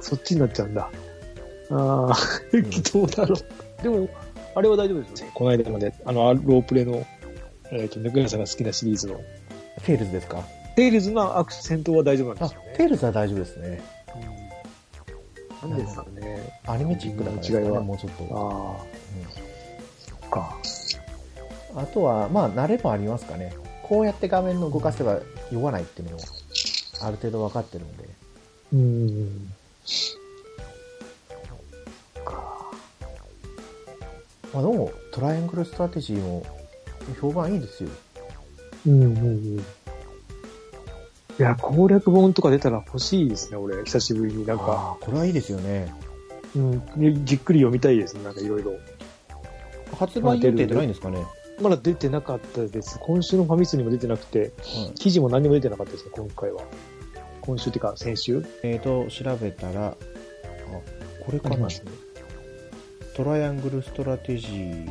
Speaker 2: そっちになっちゃうんだ。ああ、
Speaker 1: ん
Speaker 2: どうだろう。でも、あれは大丈夫ですよね。この間まで、あの、あロープレの、えっ、と、ネクヤさんが好きなシリーズの、
Speaker 1: テイルズですか
Speaker 2: テイルズのアク戦闘は大丈夫なんで
Speaker 1: あ
Speaker 2: すよね。
Speaker 1: テイルズは大丈夫ですね
Speaker 2: うんなんですかね。
Speaker 1: アニメチックだからですか
Speaker 2: 違い
Speaker 1: ね
Speaker 2: は
Speaker 1: もうちょっ
Speaker 2: ああ
Speaker 1: と、
Speaker 2: そっか。
Speaker 1: うんあとはまあ慣れもありますかねこうやって画面の動かせば酔わないっていうのをある程度分かってるんで
Speaker 2: うん。そっか。
Speaker 1: まあでもトライアングルストラテジーも評判いいですよ
Speaker 2: うんうんうん。いや、攻略本とか出たら欲しいですね、俺。久しぶりになんか。
Speaker 1: ああこれはいいですよね
Speaker 2: うん、じっくり読みたいですね、なんかいろいろ。
Speaker 1: 発売予定ってないんですかね、
Speaker 2: まだ出てなかったです。今週のファミスにも出てなくて、
Speaker 1: はい
Speaker 2: 記事も何も出てなかったですね、今回は。今週っていうか、先週
Speaker 1: えーと調べたらあこれかな
Speaker 2: ね。
Speaker 1: トライアングルストラテジー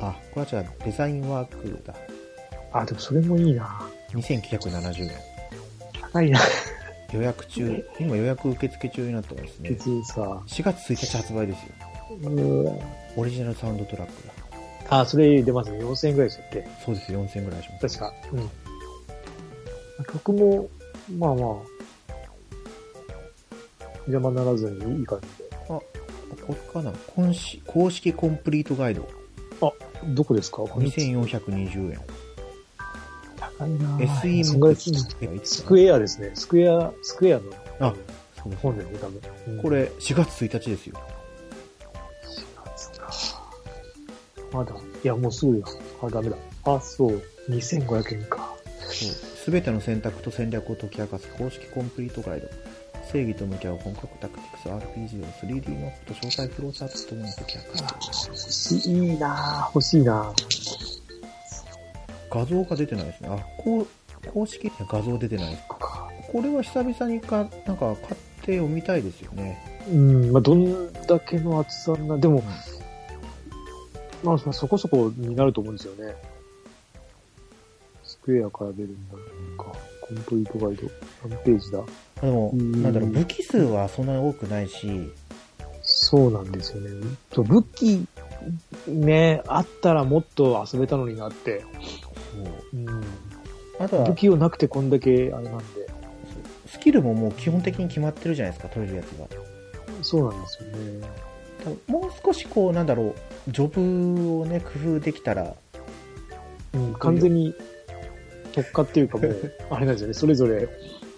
Speaker 1: あこれは違うデザインワークだ
Speaker 2: あ、でもそれもいいな。
Speaker 1: 2970円
Speaker 2: 高いな。
Speaker 1: 予約中今予約受付中になってますね
Speaker 2: 別にさ。
Speaker 1: 4月1日発売ですよ
Speaker 2: うー
Speaker 1: オリジナルサウンドトラックだ
Speaker 2: あ、それ出ますね。4000円ぐらいでしたっけ
Speaker 1: そうですよ4000円ぐらいします
Speaker 2: 確か。うん。曲も、まあまあ、邪魔ならずにいい感じで。
Speaker 1: これかな今し公式コンプリートガイド
Speaker 2: どこですかこれ
Speaker 1: 2420円
Speaker 2: 高いな
Speaker 1: SE
Speaker 2: そん
Speaker 1: も
Speaker 2: ぐら
Speaker 1: い
Speaker 2: いすんのス
Speaker 1: つか
Speaker 2: ク
Speaker 1: な
Speaker 2: エアですね。スクエア、スクエアの
Speaker 1: あそうです
Speaker 2: 本ですね、多分。うん
Speaker 1: これ4月1日ですよ
Speaker 2: まだ。いや、もうすぐだ。あ、ダメだ。あ、そう。2500円か。
Speaker 1: すべての選択と戦略を解き明かす公式コンプリートガイド。正義と向き合う本格タクティクス RPG を 3D マップと詳細フローチャートとも解き明かす。
Speaker 2: 欲しい、いいなぁ欲しいなぁ
Speaker 1: 画像が出てないですね。あ、こう、公式画像出てない。これは久々にか、なんか買って読みたいですよね。
Speaker 2: うん、まあ、どんだけの厚さな、でも、まあ、そこそこになると思うんですよね。スクエアから出るんだろうか。コンプリートガイド。何ページだ
Speaker 1: でも、
Speaker 2: うん
Speaker 1: なんだろう、武器数はそんなに多くないし、
Speaker 2: そうなんですよね。そう武器、ね、あったらもっと遊べたのになって。
Speaker 1: そう
Speaker 2: うん。
Speaker 1: あとは
Speaker 2: 武、器をなくてこんだけあれなんで。
Speaker 1: スキルももう基本的に決まってるじゃないですか、取れるやつが。
Speaker 2: そうなんですよね。
Speaker 1: 多分もう少しこう、なんだろう、ジョブをね、工夫できたら、
Speaker 2: うん、完全に特化っていうかも う、あれなんですよね。それぞれ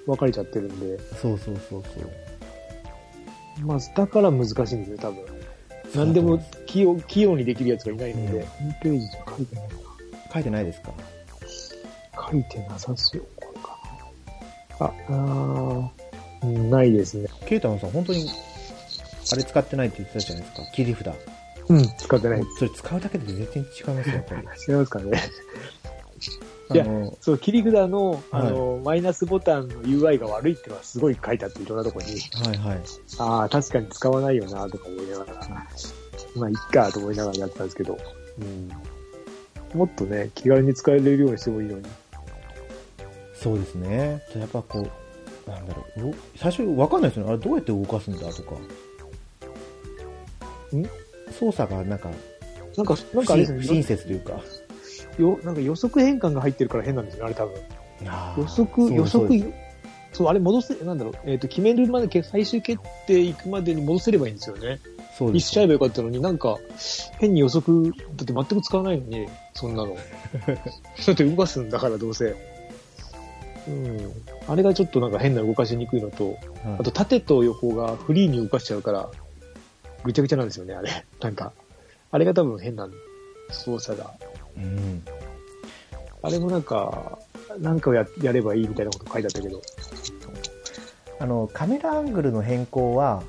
Speaker 2: 分かれちゃってるんで。
Speaker 1: そうそうそうそう。
Speaker 2: まあ、だから難しいんですね、多分。何でも器用器用にできるやつがいないので、
Speaker 1: うん
Speaker 2: ホームページと書いてない
Speaker 1: 書いてないですか
Speaker 2: な。書いてなさそう、これかな。あ、あーうんないですね。
Speaker 1: ケイタマンさん本当にあれ使ってないって言ってたじゃないですか切り札、
Speaker 2: うん、使ってない。違い
Speaker 1: もうそれ使うだけで全然違いますよやっぱり
Speaker 2: ますかね。
Speaker 1: あ
Speaker 2: いや
Speaker 1: の
Speaker 2: そう、切り札の、あの、マイナスボタンの UI が悪いってのはすごい書いてあって、いろんなとこに。
Speaker 1: はいはい
Speaker 2: ああ、確かに使わないよな、とか思いながら。まあ、いっか、と思いながらやってたんですけど。うん。もっとね、気軽に使えれるようにしてもいいのに。
Speaker 1: そうですねやっぱこうなんだろううお最初分かんないですよねあれどうやって動かすんだとか操作がなんか
Speaker 2: なんか、
Speaker 1: 不
Speaker 2: なんかあれです
Speaker 1: 親
Speaker 2: ね
Speaker 1: 不親切というか
Speaker 2: よ、なんか予測変換が入ってるから変なんですよ、あれ多分。
Speaker 1: あー
Speaker 2: 予
Speaker 1: そう
Speaker 2: 測、
Speaker 1: です
Speaker 2: 予
Speaker 1: そうで
Speaker 2: 測、そう、あれ戻せ、なんだろう、えっ、と、決めるまでけ、最終決定行くまでに戻せればいいんですよね。
Speaker 1: すそうで
Speaker 2: に
Speaker 1: す
Speaker 2: しちゃえばよかったのになんか、変に予測、だって全く使わないのに、そん なの。だって動かすんだから、どうせ。うん。あれがちょっとなんか変な動かしにくいのと、
Speaker 1: はい
Speaker 2: あと縦と横がフリーに動かしちゃうから、ぐちゃぐちゃなんですよね、あれ。なんか、あれが多分変な操作が。
Speaker 1: うん
Speaker 2: あれもなんか、なんかをややればいいみたいなこと書いてあったけど。
Speaker 1: あのカメラアングルの変更は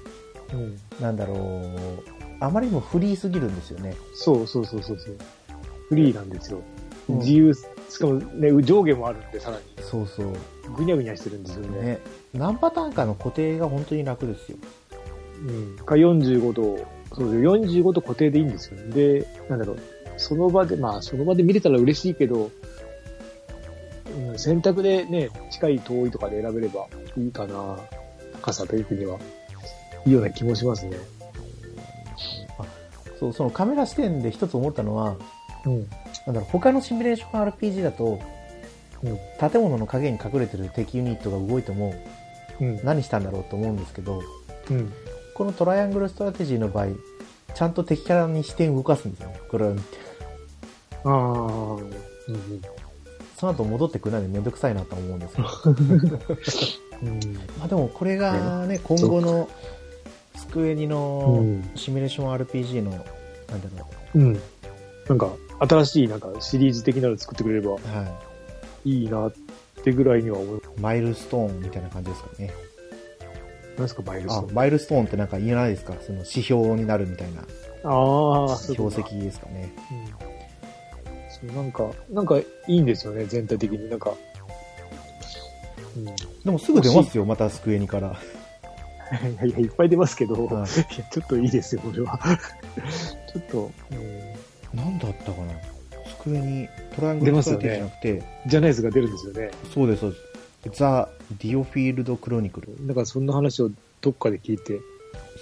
Speaker 2: うん。
Speaker 1: なんだろうあまりにもフリーすぎるんですよね
Speaker 2: そうそうそうそうそう。フリーなんですよ。
Speaker 1: うん
Speaker 2: 自由、しかもね、上下もあるんで、さらに。
Speaker 1: そうそう
Speaker 2: ぐにゃぐにゃしてるんですよね。
Speaker 1: ね何パターンかの固定が本当に楽ですよ
Speaker 2: うん。か45度、そうですよ。45度固定でいいんですよね。で、なんだろう。その場で、まあ、その場で見れたら嬉しいけど、うん、選択でね、近い遠いとかで選べればいいかな。高さというふうには、いいような気もしますね。
Speaker 1: そうそのカメラ視点で一つ思ったのは
Speaker 2: うん。
Speaker 1: なんだろう他のシミュレーション RPG だと
Speaker 2: うん。
Speaker 1: 建物の影に隠れてる敵ユニットが動いても
Speaker 2: うん。
Speaker 1: 何したんだろうと思うんですけど
Speaker 2: うん。
Speaker 1: このトライアングルストラテジーの場合ちゃんと敵キャラに視点動かすんですよねこれは見て
Speaker 2: ああ。うんうん。
Speaker 1: その後戻ってくるのでめんどくさいなと思うん ですけど
Speaker 2: うん。
Speaker 1: まあでもこれがね、今後の机に
Speaker 2: う
Speaker 1: の
Speaker 2: ん
Speaker 1: シミュレーション RPG の、なんだろ
Speaker 2: うん。なんか、新しいなんかシリーズ的なの作ってくれれば
Speaker 1: う、はい
Speaker 2: いなってぐらいには思い、
Speaker 1: マイルストーンみたいな感じですかね。
Speaker 2: ますか、バイルス
Speaker 1: あ
Speaker 2: ト、
Speaker 1: マイルストーンってなんか言えないですかその指標になるみたいな
Speaker 2: ああ、そういう
Speaker 1: 標
Speaker 2: ことか
Speaker 1: 石ですかね。
Speaker 2: うんそう、なんか、なんかいいんですよね、全体的に。なんか、うん。い
Speaker 1: でもすぐ出ますよ、また机にから。
Speaker 2: やいや、いっぱい出ますけど、
Speaker 1: はい
Speaker 2: やちょっといいですよ、これは。 ちょっと、うん
Speaker 1: いなんだったかな机にトライアング
Speaker 2: 出
Speaker 1: ル
Speaker 2: ま
Speaker 1: ス
Speaker 2: す
Speaker 1: ト
Speaker 2: よ
Speaker 1: ラ
Speaker 2: ね
Speaker 1: テジーじゃなくて、
Speaker 2: じゃないやつが出るんですよね。
Speaker 1: そうです、そうです。ザ・ディオフィールド・クロニクル。
Speaker 2: なんかそんな話をどっかで聞いて。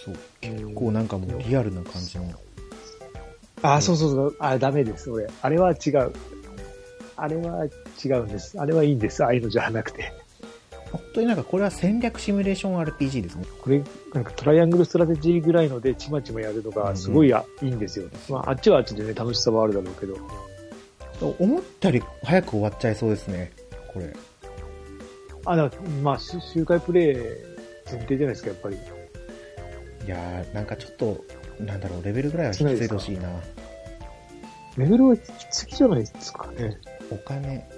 Speaker 1: そう。結構なんかもうリアルな感じの。
Speaker 2: ああ、そうそうそう。あダメです、俺。あれは違う。あれは違うんです。あれはいいんです。ああいうのじゃなくて。
Speaker 1: 本当になんかこれは戦略シミュレーション RPG ですね。
Speaker 2: これ、なんかトライアングルストラテジーぐらいので、ちまちまやるのが、すごいあ、いいんですよ。まあ、あっちはあっちでね、楽しさはあるだろうけど。
Speaker 1: 思ったより早く終わっちゃいそうですね、これ。
Speaker 2: あ、だからまあ、し周回プレイ前提じゃないですか、やっぱり。
Speaker 1: いやー、なんかちょっと、なんだろう、レベルぐらいは引き継いでほしいな。
Speaker 2: レベルは引き継ぎじゃないですかね。
Speaker 1: お金、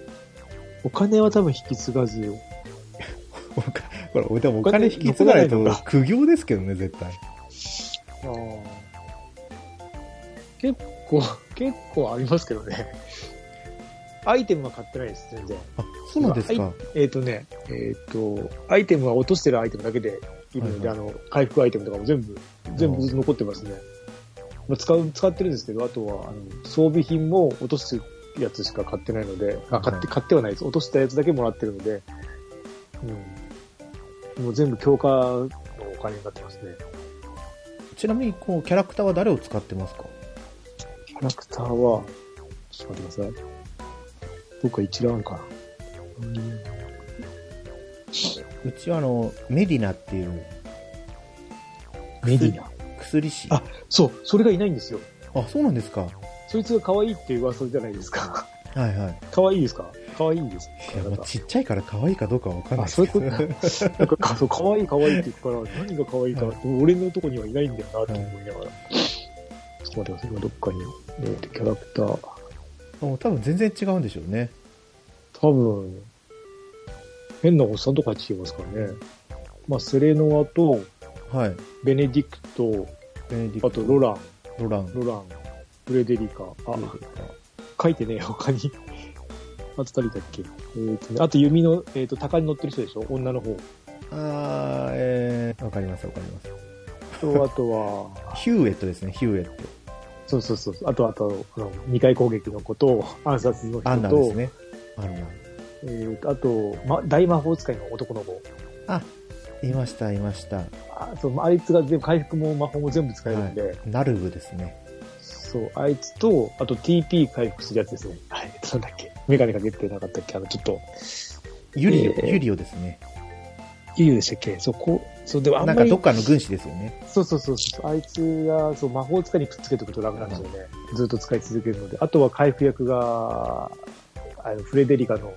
Speaker 2: お金は多分引き継がずよ。
Speaker 1: お金、これ、でもお
Speaker 2: お金
Speaker 1: 金引き継がない
Speaker 2: 残
Speaker 1: と
Speaker 2: らないの
Speaker 1: 苦行ですけどね、絶対。
Speaker 2: 結構、結構ありますけどね。アイテムは買ってないです、全然。
Speaker 1: あ、そうなんです
Speaker 2: まあ
Speaker 1: か
Speaker 2: は。えっ、とね、えっ、と、アイテムは落としてるアイテムだけでいるので、
Speaker 1: はい
Speaker 2: あの、回復アイテムとかも全部、全部残ってますね。まあ、使う、使ってるんですけど、あとは、あの装備品も落とすやつしか買ってないので、あ、買って、買ってはないです。落としたやつだけもらってるので、うん。もう全部強化のお金になってますね。
Speaker 1: ちなみに、こう、キャラクターは誰を使ってますか
Speaker 2: キャラクターは、ちょっと待ってください。どっか一覧かな。
Speaker 1: うちは、あの、メディナっていう、
Speaker 2: メディナ。
Speaker 1: 薬師。
Speaker 2: あそう、それがいないんですよ。
Speaker 1: あ、そうなんですか。は
Speaker 2: そいつが可愛いっていう噂じゃないです か。
Speaker 1: いはい。
Speaker 2: 可愛いですか可愛いです
Speaker 1: いや、まあ
Speaker 2: か
Speaker 1: ちっちゃいから可愛いかどうかはわかんない
Speaker 2: あ、
Speaker 1: で
Speaker 2: そう
Speaker 1: す
Speaker 2: いうこ
Speaker 1: け
Speaker 2: と
Speaker 1: ど。
Speaker 2: なんかか、そう可愛い可愛いって言うから、何が可愛いかなって、俺のとこにはいないんだよなって思いながら。ちょっと待ってください、今どっかに。えーと、キャラクター。
Speaker 1: もう多分全然違うんでしょうね。
Speaker 2: 多分、変なおっさんとか入ってきてますからね。まあ、セレノアと、
Speaker 1: はい。
Speaker 2: ベネディクト、
Speaker 1: ベネディクト
Speaker 2: あとロラン、
Speaker 1: ロラン。
Speaker 2: ロラン、フレデリカ。あ、書いてねえよ、他に。あと誰だっけえーとね、あと弓の、えっ、と、鷹に乗ってる人でしょ女の方。
Speaker 1: あー、えー、わかりますわかります。
Speaker 2: と、あとは、
Speaker 1: ヒューエットですね、ヒューエット。
Speaker 2: そうそうそう。あと、あと、あの、二回攻撃の子と、暗殺の人と、
Speaker 1: アンナですね。アンナ。
Speaker 2: えーとあと、ま、大魔法使いの男の子。
Speaker 1: いました、いました。
Speaker 2: あそう、まあいつが全部、回復も魔法も全部使えるんで、
Speaker 1: ナルブですね。
Speaker 2: そう、あいつと、あと TP 回復するやつですね。はい。なんだっけメガネかけてなかったっけあの、ちょっと、
Speaker 1: ユリオ、
Speaker 2: えー
Speaker 1: ユリオですね。
Speaker 2: いいでしたっけそこ、そう、でもあん
Speaker 1: な
Speaker 2: ま
Speaker 1: ん
Speaker 2: り
Speaker 1: かどっかの軍師ですよね。
Speaker 2: そうそうそうそう。あいつが、そう、魔法使いにくっつけておくと楽なんですよね。ずっと使い続けるので。あとは回復役が、あの、フレデリカの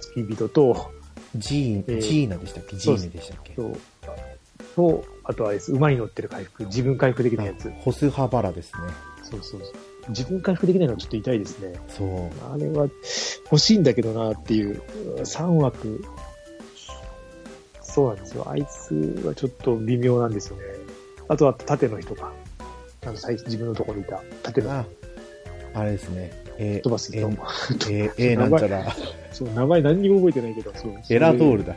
Speaker 2: 付き人と、
Speaker 1: ジ
Speaker 2: え
Speaker 1: ー、
Speaker 2: ー
Speaker 1: ジーナでしたっけジ
Speaker 2: そう
Speaker 1: ー
Speaker 2: です
Speaker 1: ネでしたっけ
Speaker 2: と、とあとはあれです。馬に乗ってる回復。自分回復できないやつ。
Speaker 1: ホスハバラですね。
Speaker 2: そうそうそう。自分回復できないのはちょっと痛いですね。
Speaker 1: そう。
Speaker 2: あれは欲しいんだけどなっていう、3枠。そうなんですよ。あいつはちょっと微妙なんですよね。あとは縦の人か。あの、最自分のところにいた縦の人
Speaker 1: あ、あれですね。え
Speaker 2: 飛
Speaker 1: ー、
Speaker 2: ばす 人。
Speaker 1: えー、えー、なんちゃら、
Speaker 2: そう、名前何にも覚えてないけど、そう。
Speaker 1: エラドールだ。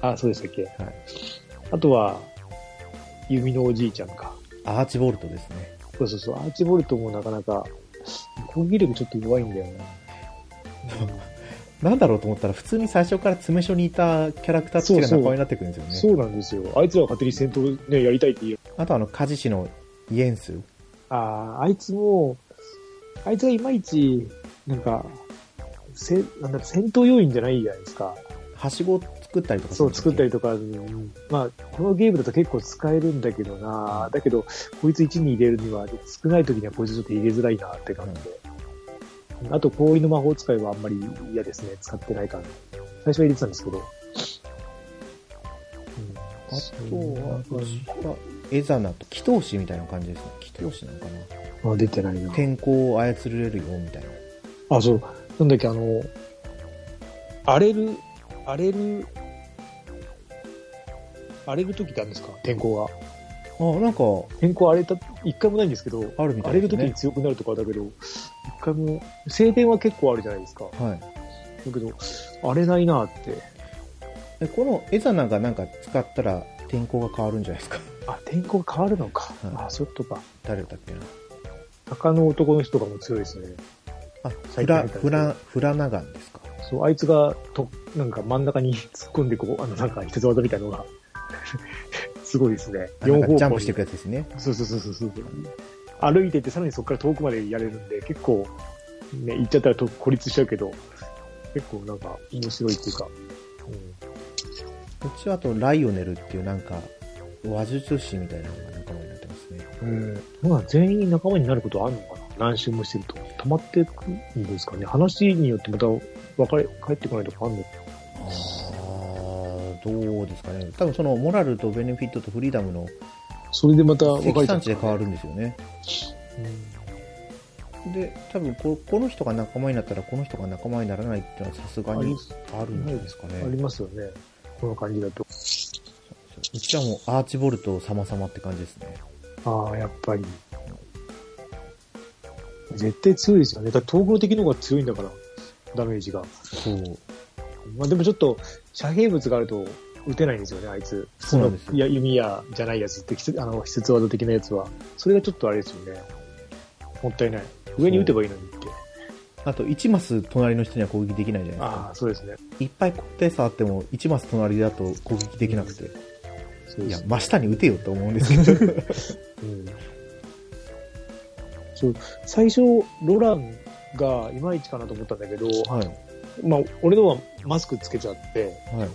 Speaker 2: あ、そうでしたっけ。はいい。あとは、弓のおじいちゃんか。
Speaker 1: アーチボルトですね。
Speaker 2: そうそうそう、アーチボルトもなかなか、攻撃力ちょっと弱いんだよね。
Speaker 1: なんだろうと思ったら、普通に最初から詰め所にいたキャラクターたちが仲間になってくるんですよね。
Speaker 2: そうなんですよ。あいつらは勝手に戦闘ね、やりたいって言う。
Speaker 1: あとあの、カジシのイエンス。
Speaker 2: ああ、あいつも、あいつはいまいち、なんか、せなんだ戦闘要員じゃないじゃないですか。
Speaker 1: はしごを作ったりとか
Speaker 2: そう、作ったり
Speaker 1: と
Speaker 2: とか、うんまあ、このゲームだと結構使えるんだけどな、だけど、こいつ1に入れるには、少ない時にはこいつちょっと入れづらいなって感じで。あと、氷の魔法使いはあんまり嫌ですね、使ってないから。最初は入れてたんですけど。うん、
Speaker 1: あとは、エザナと、祈祷師みたいな感じですね。祈祷師なのかな
Speaker 2: あ出てないな。
Speaker 1: 天候を操れるよ、みたいな。
Speaker 2: あ、そう。なんだっけ、あの、荒れる、荒れる、荒れる時ってあるんですか天候が。
Speaker 1: あ、なんか、
Speaker 2: 天候荒れた、一回もないんですけど、
Speaker 1: あるみた
Speaker 2: 荒
Speaker 1: い
Speaker 2: れ
Speaker 1: です
Speaker 2: る
Speaker 1: ね
Speaker 2: 時に。強くなるとかだけど、一回も、静電は結構あるじゃないですか。
Speaker 1: はい。
Speaker 2: だけど、荒れないなって。
Speaker 1: えこのエザナがなんか使ったら天候が変わるんじゃないですか
Speaker 2: あ、天候が変わるのか。
Speaker 1: はい
Speaker 2: あ、そういうことか。
Speaker 1: 誰だったっけな
Speaker 2: 鷹の男の人とかも強いですね。
Speaker 1: あフ
Speaker 2: 最近入った
Speaker 1: ラ
Speaker 2: やつ
Speaker 1: フラフラナガンですか
Speaker 2: そう、あいつが、と、なんか真ん中に 突っ込んで、こう、あの、なんか必殺技みたいのが、 すごいですね。
Speaker 1: あなんかジャンプ
Speaker 2: に
Speaker 1: していくやつですね
Speaker 2: そうそうそうそうそう。歩いてって、さらにそこから遠くまでやれるんで、結構、ね、行っちゃったらと孤立しちゃうけど、結構なんか面白いっていうか、うん、
Speaker 1: こっちはあとライオネルっていうなんか話術師みたいなのが仲間になってますね
Speaker 2: うん。まあ、全員仲間になることあるのかな何周もしてると。溜まっていくんですかね。話によってまた別れ、帰ってこないとかあるのか
Speaker 1: ああどうですかね多分そのモラルとベネフィットとフリーダムの
Speaker 2: それでまた別
Speaker 1: 積
Speaker 2: れちゃう
Speaker 1: 算値で変わるんですよねで多分ここの人が仲間になったらこの人が仲間にならないっていうのはさすが
Speaker 2: うんあり
Speaker 1: にあるんじゃないですかね
Speaker 2: ありますよね。この感じだと。
Speaker 1: うちはもうアーチボルト様々って感じですね
Speaker 2: ああ、やっぱり。絶対強いですよね。だって東軍的の方が強いんだから、ダメージが。
Speaker 1: そう
Speaker 2: まあでもちょっと、遮蔽物があると撃てないんですよね、あいつ。
Speaker 1: そうなんですよ
Speaker 2: いや、弓矢じゃないやつって、必あの、必殺技的なやつは。それがちょっとあれですよね。もったいない。上に撃てばいいのにって。
Speaker 1: あと1マス隣の人には攻撃できないじゃないです
Speaker 2: あ
Speaker 1: か
Speaker 2: あ、そうですね。
Speaker 1: いっぱい高低差あっても1マス隣だと攻撃できなくて
Speaker 2: そう
Speaker 1: い
Speaker 2: で
Speaker 1: や
Speaker 2: す
Speaker 1: 真下に打てよと思うんですけど
Speaker 2: うんそう最初、ロランがいまいちかなと思ったんだけど、
Speaker 1: はい
Speaker 2: まあ、俺のはマスクつけちゃって、
Speaker 1: はい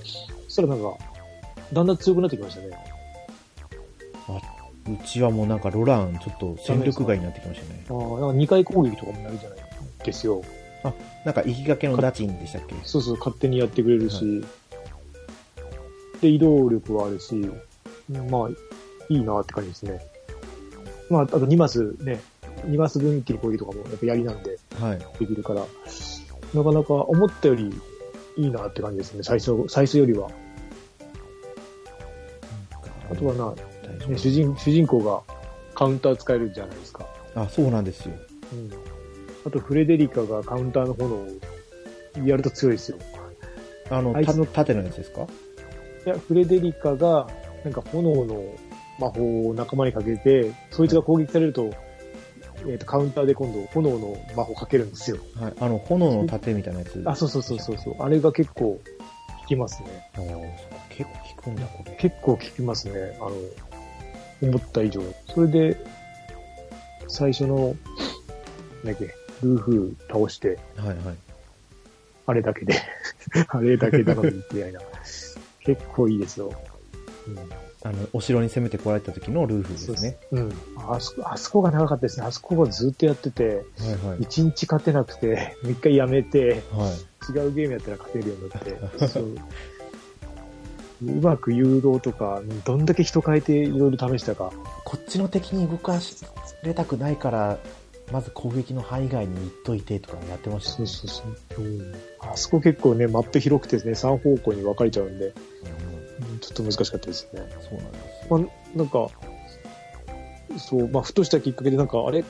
Speaker 2: そしたらなんか、だんだん強くなってきましたね。
Speaker 1: うちはもうなんかロランちょっと戦力外になってきましたね
Speaker 2: ああ、なんか2回攻撃とかもやるじゃないですよ。
Speaker 1: なんか行きがけのダチンでしたっけ
Speaker 2: そうそう、勝手にやってくれるし、で、移動力はあるし、まあ、いいなって感じですね。まあ、あと2マスね、2マス分一気に攻撃とかもやっぱやりなんで
Speaker 1: はい
Speaker 2: できるから、なかなか思ったよりいいなって感じですね、最初、最初よりは。あとはな、
Speaker 1: 大丈夫
Speaker 2: ね、主人、主人公がカウンター使えるじゃないですか。
Speaker 1: あそうなんですよ
Speaker 2: うんあとフレデリカがカウンターの炎をやると強いですよ。
Speaker 1: あの
Speaker 2: あいつ
Speaker 1: た縦のやつですか
Speaker 2: いや、フレデリカがなんか炎の魔法を仲間にかけて、そいつが攻撃されると、えっ、と、カウンターで今度炎の魔法かけるんですよ。
Speaker 1: はいあの炎の盾みたいなやつ
Speaker 2: あ、そうそうそうそうそう。あれが結構効きますね。
Speaker 1: あーそう結構効くんだこれ
Speaker 2: 結構効きますね。あの、思った以上に。それで、最初の、なんだっけ、ルーフ倒して、
Speaker 1: はいはい。
Speaker 2: あれだけで、 あれだけなのにみたいな。結構いいですよ。
Speaker 1: あの、お城に攻めてこられた時のルーフですね。
Speaker 2: うん。うん。あそこ、あそこが長かったですね。あそこがずっとやってて、
Speaker 1: はいはい。
Speaker 2: 1日勝てなくて、3日 やめて、
Speaker 1: はい。
Speaker 2: 違うゲームやったら勝てるようにな って、そう。うまく誘導とか、どんだけ人変えていろいろ試したか。
Speaker 1: こっちの敵に動かしれたくないから、まず攻撃の範囲外に行っといてとかやってました
Speaker 2: そ
Speaker 1: ね
Speaker 2: う。そうそう。うん、あそこ結構ね、マップ広くてですね、3方向に分かれちゃうんで、
Speaker 1: うん
Speaker 2: うんちょっと難しかったですよね。
Speaker 1: そうなんです
Speaker 2: ま
Speaker 1: よ。
Speaker 2: あ、なんか、そう、まあ、ふとしたきっかけで、なんか、あれ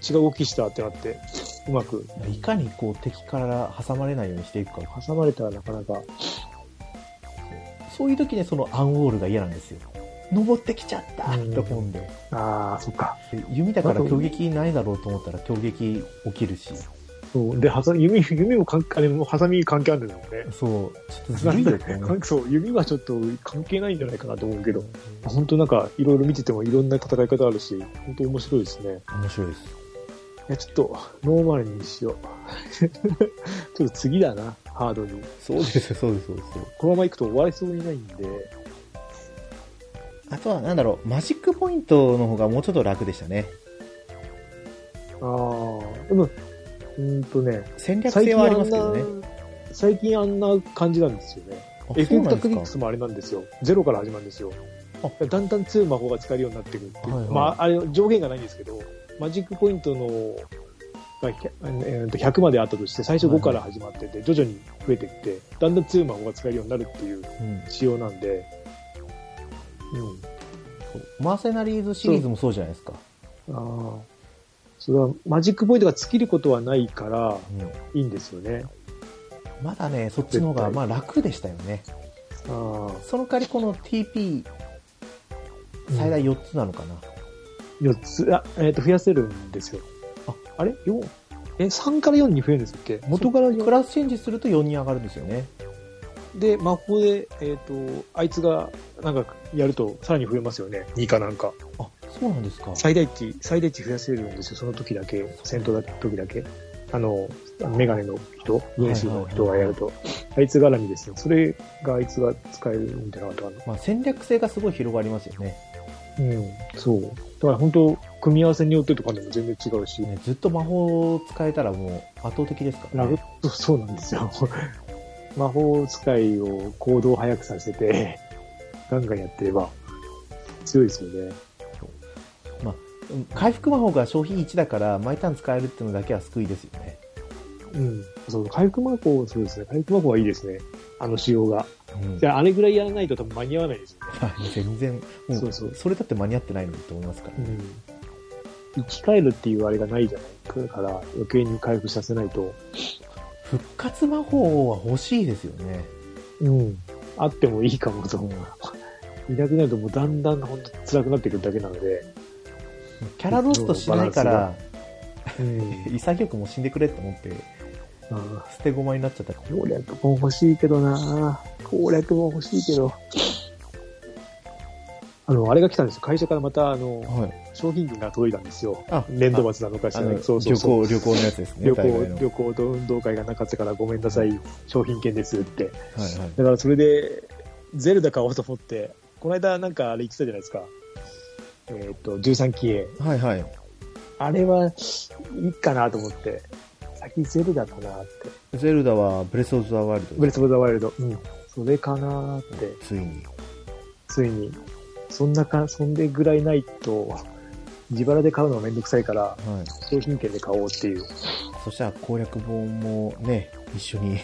Speaker 2: き違う動きしたってなって、うまく
Speaker 1: いかにこう敵から挟まれないようにしていくか。
Speaker 2: 挟まれたらなかなか、
Speaker 1: そういう時にそのアンウォールが嫌なんですよ。登ってきちゃった
Speaker 2: うん
Speaker 1: と思うんで。
Speaker 2: ああ、そっか。
Speaker 1: で弓だから強撃ないだろうと思ったら強撃起きるし。
Speaker 2: そうで、はさ弓、弓もかん、あれも、ハサミ関係あるんだもんね。
Speaker 1: そう。ちょっとずるいよと思
Speaker 2: な
Speaker 1: うん
Speaker 2: かそう、弓はちょっと関係ないんじゃないかなと思うけど、本当なんか、いろいろ見ててもいろんな戦い方あるし、本当面白いですね。
Speaker 1: 面白いです。
Speaker 2: いや、ちょっと、ノーマルにしよう。 ちょっと次だな、ハードに。
Speaker 1: そうです、そうです、そうです。
Speaker 2: このまま行くと終わりそうにないんで、
Speaker 1: あとは、なんだろう、マジックポイントの方がもうちょっと楽でしたね。
Speaker 2: ああ、でも、うーんとね、
Speaker 1: 戦略性はありますけどね。
Speaker 2: 最近あんな感じなんですよね。
Speaker 1: あ
Speaker 2: エ
Speaker 1: そ
Speaker 2: フ
Speaker 1: う
Speaker 2: ェク
Speaker 1: な
Speaker 2: タ
Speaker 1: ん
Speaker 2: クリック
Speaker 1: です
Speaker 2: スもあれなんですよ。ゼロから始まるんですよ
Speaker 1: あ。
Speaker 2: だんだん強い魔法が使えるようになってくるっていう。
Speaker 1: はいはい
Speaker 2: まあ、あれ、上限がないんですけど、マジックポイントの、がひゃえーと100まであったとして、最初5から始まってて、徐々に増えていって、だんだん強い魔法が使えるようになるっていう
Speaker 1: か。うん
Speaker 2: 仕様なんで、うん。
Speaker 1: マーセナリーズシリーズもそうじゃないですか。
Speaker 2: ああ。それは、マジックポイントが尽きることはないから、
Speaker 1: うん
Speaker 2: いいんですよね。
Speaker 1: まだね、そっちの方が
Speaker 2: 絶
Speaker 1: まあ楽でしたよね。
Speaker 2: ああ。
Speaker 1: その代わりこの TP 最大4つなのかな。
Speaker 2: 4つ、あ、えっ、と、増やせるんですよ。あ、あれ ?4? え、3から4に増えるんですっけ元から
Speaker 1: ク
Speaker 2: 4。
Speaker 1: ラスチェンジすると4に上がるんですよね。
Speaker 2: で、魔法で、えっ、と、あいつが、なんか、やると、さらに増えますよね。2かなんか。
Speaker 1: あ、そうなんですか。
Speaker 2: 最大値、最大値増やせるんですよ。その時だけ、戦闘だ時だけ。あの、メガネの人、原始の人がやると。あいつ絡みですよ。それがあいつが使えるみたいなことかな。
Speaker 1: まあ戦略性がすごい広がりますよね。
Speaker 2: うん、そう。だから本当、組み合わせによってとかでも全然違うし、
Speaker 1: ねずっと魔法を使えたらもう圧倒的ですから
Speaker 2: ラ
Speaker 1: ね
Speaker 2: グ。そうそうなんですよ。 魔法使いを行動を早くさせて、ガンガンやってれば、強いですよね。
Speaker 1: うん回復魔法が消費1だから毎ターン使えるっていうのだけは救いですよね。
Speaker 2: うん。そう、回復魔法、そうですね。回復魔法はいいですね。あの仕様が。
Speaker 1: うん
Speaker 2: じゃあ、あれぐらいやらないと多分間に合わないですよね。
Speaker 1: 全然、もう
Speaker 2: そ
Speaker 1: そう
Speaker 2: そう
Speaker 1: れだって間に合ってないのにと思いますから、ね
Speaker 2: うん。生き返るっていうあれがないじゃないから、余計に回復させないと、
Speaker 1: 復活魔法は欲しいですよね。
Speaker 2: うん。あってもいいかもと思 う。いなくなるともうだんだん本当辛くなってくるだけなので、
Speaker 1: キャラロストしないから、
Speaker 2: うん。
Speaker 1: 潔くもう死んでくれって思って、
Speaker 2: あ
Speaker 1: 捨て駒になっちゃったか
Speaker 2: ー攻略も欲しいけどな攻略も欲しいけど。あの、あれが来たんですよ。会社からまた、あの
Speaker 1: ら。、はい。
Speaker 2: 商品券が届いたんですよ。
Speaker 1: あ、
Speaker 2: 年度末なのかし
Speaker 1: あ
Speaker 2: ら
Speaker 1: の
Speaker 2: ね。そうそうそう。
Speaker 1: 旅行、旅行のやつですね。
Speaker 2: 旅
Speaker 1: 海外
Speaker 2: 行
Speaker 1: の、
Speaker 2: 旅行と運動会がなかったからごめんなさい。商品券ですって。
Speaker 1: はいはい。
Speaker 2: だからそれで、ゼルダ買おうと思って、この間なんかあれ言ってたじゃないですか。えっ、と、13期へ。
Speaker 1: はいはい。
Speaker 2: あれは、いいかなと思って。先ゼルダかなって。
Speaker 1: ゼルダはブレスオブザワイル
Speaker 2: ブ
Speaker 1: ド
Speaker 2: レス・オブ・ザ・ワイルド。うん。それかなって、
Speaker 1: ついに。
Speaker 2: ついに。そんなか、そんでぐらいないと、自腹で買うのはめんどくさいから、
Speaker 1: はい。
Speaker 2: 商品券で買おうっていう。
Speaker 1: そしたら攻略本もね、一緒に。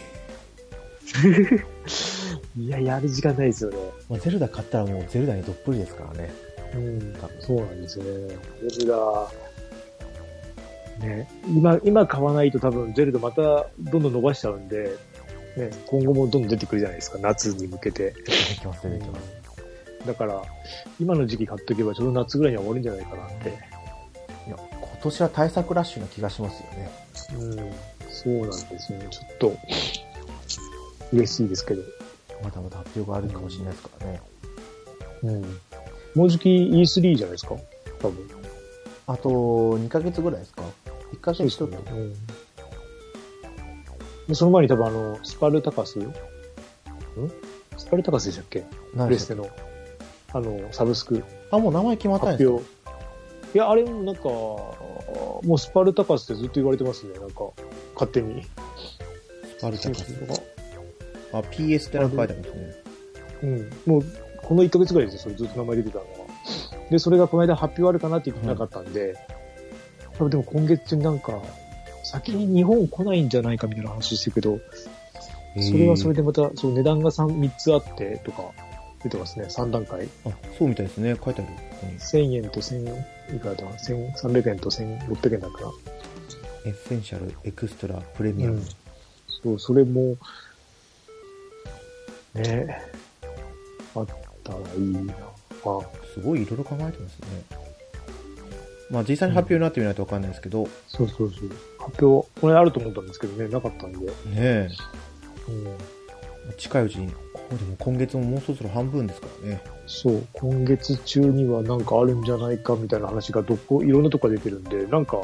Speaker 2: いや、やる時間ないですよね。
Speaker 1: まあ、ゼルダ買ったらもうゼルダにどっぷりですからね。
Speaker 2: うん。
Speaker 1: 多分
Speaker 2: そうなんですよね。ゼルダ、ね、今、今買わないと多分ゼルダまたどんどん伸ばしちゃうんで、ね、今後もどんどん出てくるじゃないですか、夏に向けて。
Speaker 1: 出てきます、出てきます。
Speaker 2: だから、今の時期買っとけばちょうど夏ぐらいには終わるんじゃないかなって。
Speaker 1: いや、今年は対策ラッシュな気がしますよね。
Speaker 2: うん、そうなんですよね。ちょっと、嬉しいですけど。
Speaker 1: まだまだ発表があるかもしれないですからね。
Speaker 2: うん。もうじき E3 じゃないですか多分。
Speaker 1: あと、2ヶ月ぐらいですか ?1 かけ
Speaker 2: そ
Speaker 1: 人
Speaker 2: う
Speaker 1: っ
Speaker 2: で
Speaker 1: て
Speaker 2: すよね。うんでその前に多分あの、スパルタカスんスパルタカスでしたっけプ
Speaker 1: 何
Speaker 2: レ
Speaker 1: で
Speaker 2: ス
Speaker 1: す
Speaker 2: テ
Speaker 1: か
Speaker 2: の、あの、サブスク
Speaker 1: あ、もう名前決まったんで
Speaker 2: 発
Speaker 1: すか
Speaker 2: 表。いや、あれもなんか、もうスパルタカスってずっと言われてますね。なんか、勝手に。
Speaker 1: バルタカスとか。あ、PS ってなんか書いてあるんですね。
Speaker 2: うん。もう、この1ヶ月ぐらいですよ、それずっと名前出てたのは。で、それがこの間発表あるかなって言ってなかったんで、多分でも今月中になんか、先に日本来ないんじゃないかみたいな話してるけど、それはそれ
Speaker 1: で。
Speaker 2: でまた、その値段が 3, 3つあってとか、出てますね、3段階。
Speaker 1: あ、そうみたいですね。書いてある。ここに
Speaker 2: 1000円と1000円、いくらだ ?1300 円と1600円だから。
Speaker 1: エッセンシャル、エクストラ、プレミア
Speaker 2: う
Speaker 1: ム
Speaker 2: ん。そう、それも、ねあったらいいな。あ、
Speaker 1: すごいいろいろ考えてますね。まあ実際に発表になってみないとわかんないですけど、ね
Speaker 2: そうそうそう。発表、これあると思ったんですけどね、なかったんで。
Speaker 1: え、
Speaker 2: うん、
Speaker 1: 近いうちに、こうでも今月ももうそろそろ半分ですからね。
Speaker 2: そう、今月中にはなんかあるんじゃないかみたいな話がどこ、いろんなとこから出てるんで、なんか、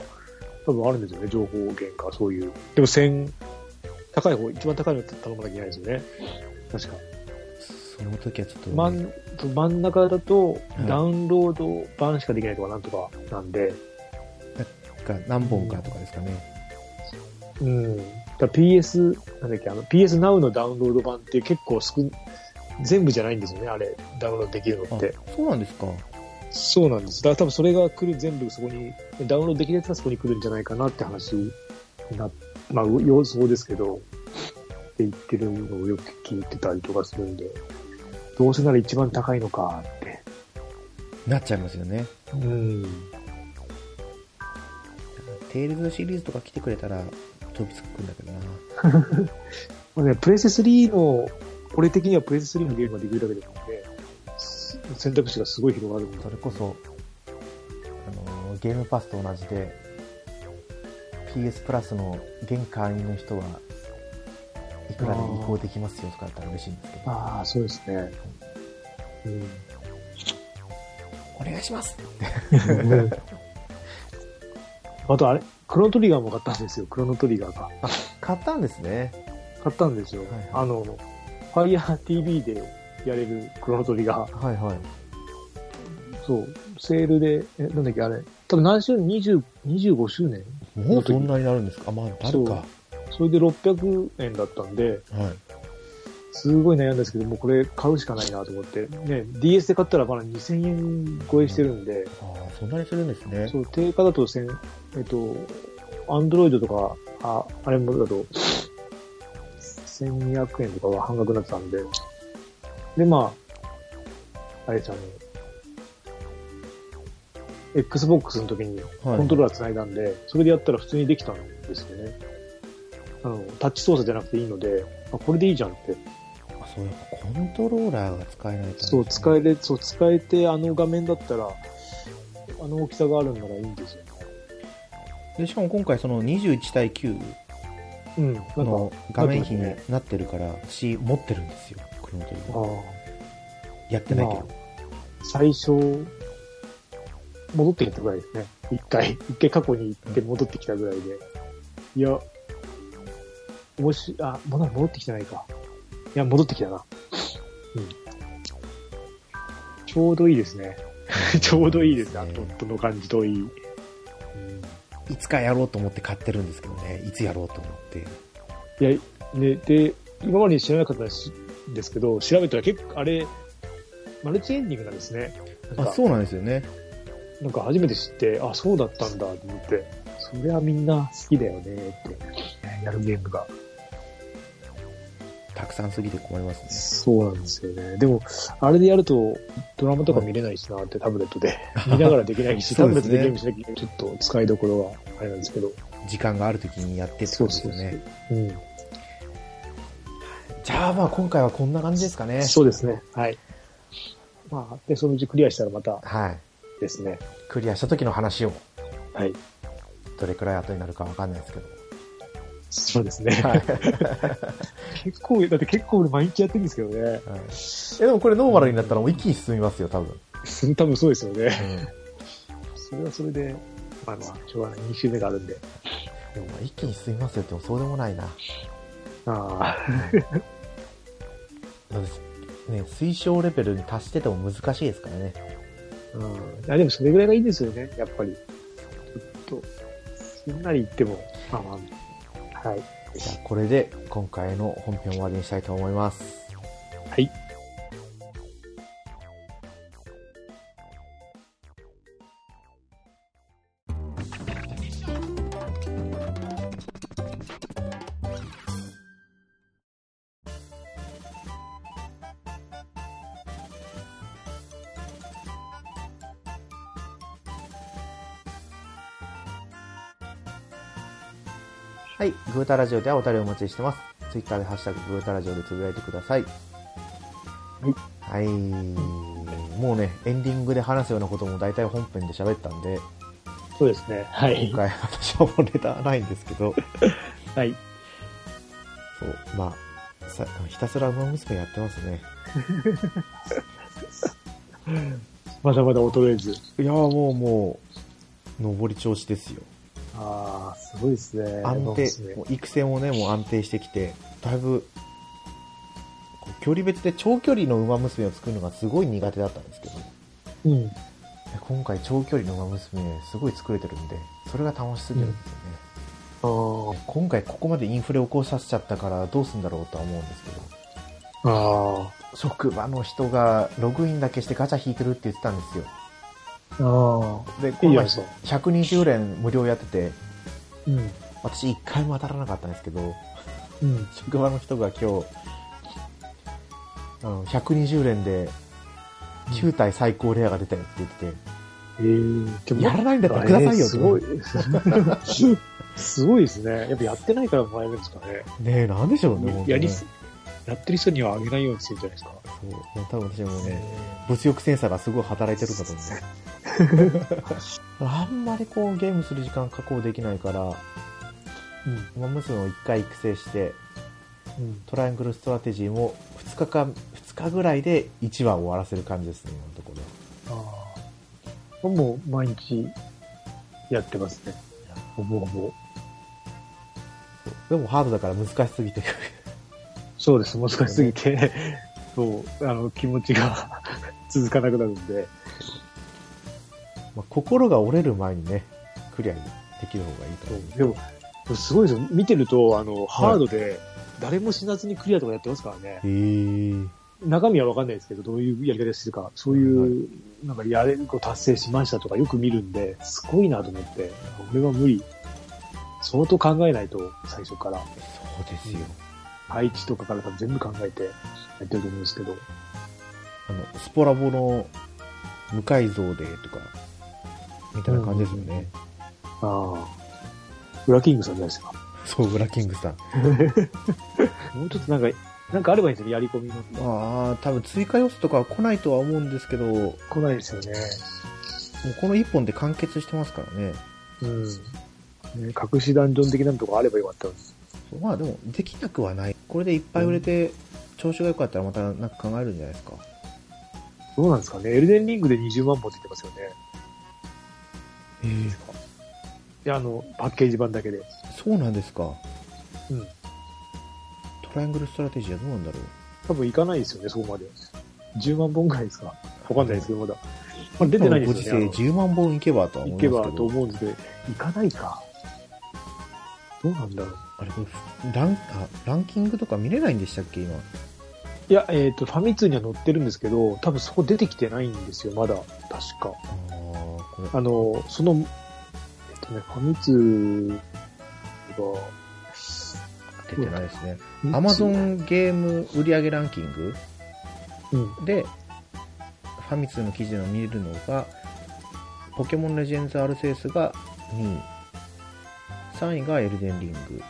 Speaker 2: 多分あるんですよね、情報源か、そういう。でも1000、高い方、一番高いの頼まなきゃいけないですよね。確か。
Speaker 1: その時はちょっとね、
Speaker 2: 真ん真ん中だと
Speaker 1: うん
Speaker 2: ダウンロード版しかできないとかなんとかなんで、
Speaker 1: か何本かとかですかね。
Speaker 2: うん。だから PS、なんだっけ、あの PS Now のダウンロード版って結構少ん、全部じゃないんですよね、あれ、ダウンロードできるの
Speaker 1: あ
Speaker 2: って。、
Speaker 1: そうなんですか。
Speaker 2: そうなんです。だから多分それが来る、全部そこに、ダウンロードできるやつがそこに来るんじゃないかなって話な、まあ、予想ですけど、って言ってるのをよく聞いてたりとかするんで、どうせなら一番高いのかって。
Speaker 1: なっちゃいますよね。
Speaker 2: うん。
Speaker 1: テイルズシリーズとか来てくれたら飛びつくんだけどな。
Speaker 2: まあね、プレステ3の、俺的にはプレステ3のゲームができるだけでもね、す選択肢がすごい広がるんだ
Speaker 1: それこそ、あのーゲームパスと同じで、PS プラスの現会員の人はいくらで移行できますよとかだったら嬉しいんですけど、
Speaker 2: ああ、そうですね。うん。
Speaker 1: お願いします
Speaker 2: あとあれ、クロノトリガーも買ったんですよ、クロノトリガーが。
Speaker 1: 買ったんですね。
Speaker 2: 買ったんですよ。
Speaker 1: いはい
Speaker 2: あの、FireTV でやれるクロノトリガー。
Speaker 1: はいはい。
Speaker 2: そう、セールで、え、なんだっけ、あれ。多分何周年 ?20、25周年
Speaker 1: もうそんなになるんですかあ、まあ、なるか。は
Speaker 2: それで600円だったんで、
Speaker 1: い。
Speaker 2: すごい悩んだんですけど、もうこれ買うしかないなと思って。ね、DS で買ったらまだ2000円超えしてるんで、
Speaker 1: ああ、そんなにするんですね。
Speaker 2: そう、定価だと1000、えっと、アンドロイドとか、あ、あれもだと、1200円とかは半額になってたんで、で、まあ、あれですよね、Xbox の時に
Speaker 1: はい
Speaker 2: コントローラー繋いだんで、それでやったら普通にできたんですよね。あの、タッチ操作じゃなくていいので、あ、これでいいじゃんって。
Speaker 1: あそうやっぱコントローラーが使えないと、
Speaker 2: そう、使え。れ、そう、使えて、あの画面だったら、あの大きさがあるんならいいんですよね。
Speaker 1: で、しかも今回その21対9
Speaker 2: うん、なんか、
Speaker 1: の画面比になってるから、私持ってるんですよ。クロノトリ
Speaker 2: あ
Speaker 1: ガー。
Speaker 2: あ。
Speaker 1: やってないけど。
Speaker 2: 最初、戻ってきたぐらいですね。一回、 一回過去に行って戻ってきたぐらいで。いや、もし、あ、もな戻ってきてないか。いや、戻ってきたな。うん。ちょうどいいですね。 ちょうどいいですね。あ
Speaker 1: うん
Speaker 2: と、との感じといい。うん
Speaker 1: いつかやろうと思って買ってるんですけどね、いつやろうと思って。
Speaker 2: いや、ね、で、今まで知らなかったしですけど、調べたら結構、あれ、マルチエンディングなんですね。なんか
Speaker 1: あ、そうなんですよね。
Speaker 2: なんか初めて知って、あ、そうだったんだと思って、そりゃみんな好きだよねって、やるゲームが。
Speaker 1: たくさんすぎて困ります
Speaker 2: そうなんですよね。でも、あれでやると、ドラマとか見れないしなって、タブレット で。見ながらできないし、
Speaker 1: そう
Speaker 2: タブレ
Speaker 1: です
Speaker 2: ッ
Speaker 1: ね
Speaker 2: トでゲームしなきゃちょっと使いどころがあれなんですけど。
Speaker 1: ね。時間がある時にやってってことですよね。
Speaker 2: そう。うん。
Speaker 1: じゃあまあ今回はこんな感じですかね。
Speaker 2: そうですね。はい。まあ、で、そのうちクリアしたらまた
Speaker 1: はい。
Speaker 2: ですね。
Speaker 1: クリアした時の話を、
Speaker 2: はい。
Speaker 1: どれくらい後になるかわかんないですけど。
Speaker 2: そうですね。
Speaker 1: はい。
Speaker 2: 結構、だって結構俺毎日やってるんですけどね。
Speaker 1: はいえ、でもこれノーマルになったらもう一気に進みますよ、多分。
Speaker 2: 多分そうですよね。
Speaker 1: うん
Speaker 2: それはそれで、まあまあ、しょうがない。2週目があるんで。
Speaker 1: でもまあ一気に進みますよってもそうでもないな。
Speaker 2: ああ、
Speaker 1: そうです。ね、推奨レベルに達してても難しいですからね。
Speaker 2: うん。あ、でもそれぐらいがいいですよね、やっぱり。ちょっと、すんなり言っても、まあまあ、はい。
Speaker 1: じゃあこれで今回の本編を終わりにしたいと思います。
Speaker 2: はい。
Speaker 1: はい。グータラジオではお便りをお待ちしてます。ツイッターでハッシュタググータラジオでつぶやいてください。はい。もうね、エンディングで話すようなことも大体本編で喋ったんで、
Speaker 2: そうですね。はい
Speaker 1: 今。回私はもうネタないんですけど、
Speaker 2: はい。
Speaker 1: そう、まあ、さひたすら馬娘やってますね。
Speaker 2: まだまだ衰えず。
Speaker 1: いやーもうもう、上り調子ですよ。
Speaker 2: ああ、すごいですね。
Speaker 1: 安
Speaker 2: そうですね
Speaker 1: 定、もう育成もね、もう安定してきて、だいぶ、こう距離別で長距離の馬娘を作るのがすごい苦手だったんですけど、
Speaker 2: うん。
Speaker 1: 今回長距離の馬娘すごい作れてるんで、それが楽しすぎるんですよね。
Speaker 2: あ
Speaker 1: 今回ここまでインフレ起こさせちゃったからどうすんだろうとは思うんですけど、
Speaker 2: あ。あ
Speaker 1: 職場の人がログインだけしてガチャ引いてるって言ってたんですよ。
Speaker 2: あ。ああ。
Speaker 1: で、
Speaker 2: い
Speaker 1: こ
Speaker 2: い
Speaker 1: の
Speaker 2: や
Speaker 1: 前
Speaker 2: つだ。
Speaker 1: 100人修練無料やってて、
Speaker 2: うん。
Speaker 1: 私1回も当たらなかったんですけど、
Speaker 2: うん。
Speaker 1: 職場の人が今日、あの、120連で、9体最高レアが出たよって言って
Speaker 2: えー、で
Speaker 1: て、やらないんだったらくださいよって
Speaker 2: すごい。すごい ですね。やっぱやってないからもらえるんですかね。
Speaker 1: ねえ、なんでしょうね、本当
Speaker 2: や
Speaker 1: に
Speaker 2: り
Speaker 1: ね。
Speaker 2: す、やってる人にはあげないようにするんじゃないですか。
Speaker 1: そう。もう多分私もね、物欲センサーがすごい働いてるんだと思う。 あんまりこう、ゲームする時間確保できないから、
Speaker 2: うん。
Speaker 1: 馬娘を1回育成して、
Speaker 2: うん。
Speaker 1: トライアングルストラテジーも2日間、2日ぐらいで1話を終わらせる感じですね、今のところ。
Speaker 2: ああ。もう毎日やってますね。ほぼほぼ。
Speaker 1: でもハードだから難しすぎて、
Speaker 2: そうです。難しすぎて、 そう、あの、気持ちが 続かなくなるんで。
Speaker 1: まあ、心が折れる前にね、クリアにできる方がいいと
Speaker 2: そ
Speaker 1: 思
Speaker 2: う
Speaker 1: う。
Speaker 2: でも、でもすごいですよ。見てると、あの、ハードで、誰も死なずにクリアとかやってますからね。
Speaker 1: えー、
Speaker 2: 中身は分かんないですけど、どういうやり方するか、そういう、なんかやれる子達成しましたとかよく見るんで、すごいなと思って、俺は無理。相当考えないと、最初から。
Speaker 1: そうですよ。
Speaker 2: 配置とかから多分全部考えてやってると思うんですけど。
Speaker 1: あの、スポラボの無改造でとか、みたいな感じですよね。
Speaker 2: ああ。ブラキングさんじゃな いですか。
Speaker 1: そう、ブラキングさん。
Speaker 2: もうちょっとなんか、なんかあればいいんですよ、やり込みの。
Speaker 1: まあ、多分追加要素とかは来ないとは思うんですけど、もう
Speaker 2: 来ないですよね。
Speaker 1: この一本で完結してますからね。
Speaker 2: うん。ね隠しダンジョン的なのとかあればよかったんです。
Speaker 1: そうまあでも、できなくはない。これでいっぱい売れて、調子が良かったらまたなんか考えるんじゃないですか。
Speaker 2: どうなんですかね。エルデンリングで20万本って言ってますよね。
Speaker 1: ええ
Speaker 2: いや、あの、パッケージ版だけで。
Speaker 1: そうなんですか。
Speaker 2: うん。
Speaker 1: トライアングルストラテジーはどうなんだろう。
Speaker 2: 多分行かないですよね、そこまで。10万本ぐらいですかわかんないですけど、まだ。まだ出てないですよね
Speaker 1: ご。時世10万本いけばとは
Speaker 2: あの
Speaker 1: 思
Speaker 2: 行
Speaker 1: い
Speaker 2: け
Speaker 1: ま
Speaker 2: ば
Speaker 1: すけ
Speaker 2: と
Speaker 1: ど。
Speaker 2: 思うんですけど、行かないか。どうなんだろう。
Speaker 1: あれこれランあ、ランキングとか見れないんでしたっけ、今。
Speaker 2: いや、えっ、と、ファミ通には載ってるんですけど、多分そこ出てきてないんですよ、まだ。確か。
Speaker 1: あーこれ
Speaker 2: あの、その、えっ、とね、ファミ通が、
Speaker 1: 出てないですね。
Speaker 2: ファミ通
Speaker 1: Amazon ゲーム売上ランキング
Speaker 2: うん。
Speaker 1: で、ファミ通の記事で見れるのが、ポケモンレジェンズアルセウスが2位、3位がエルデンリング、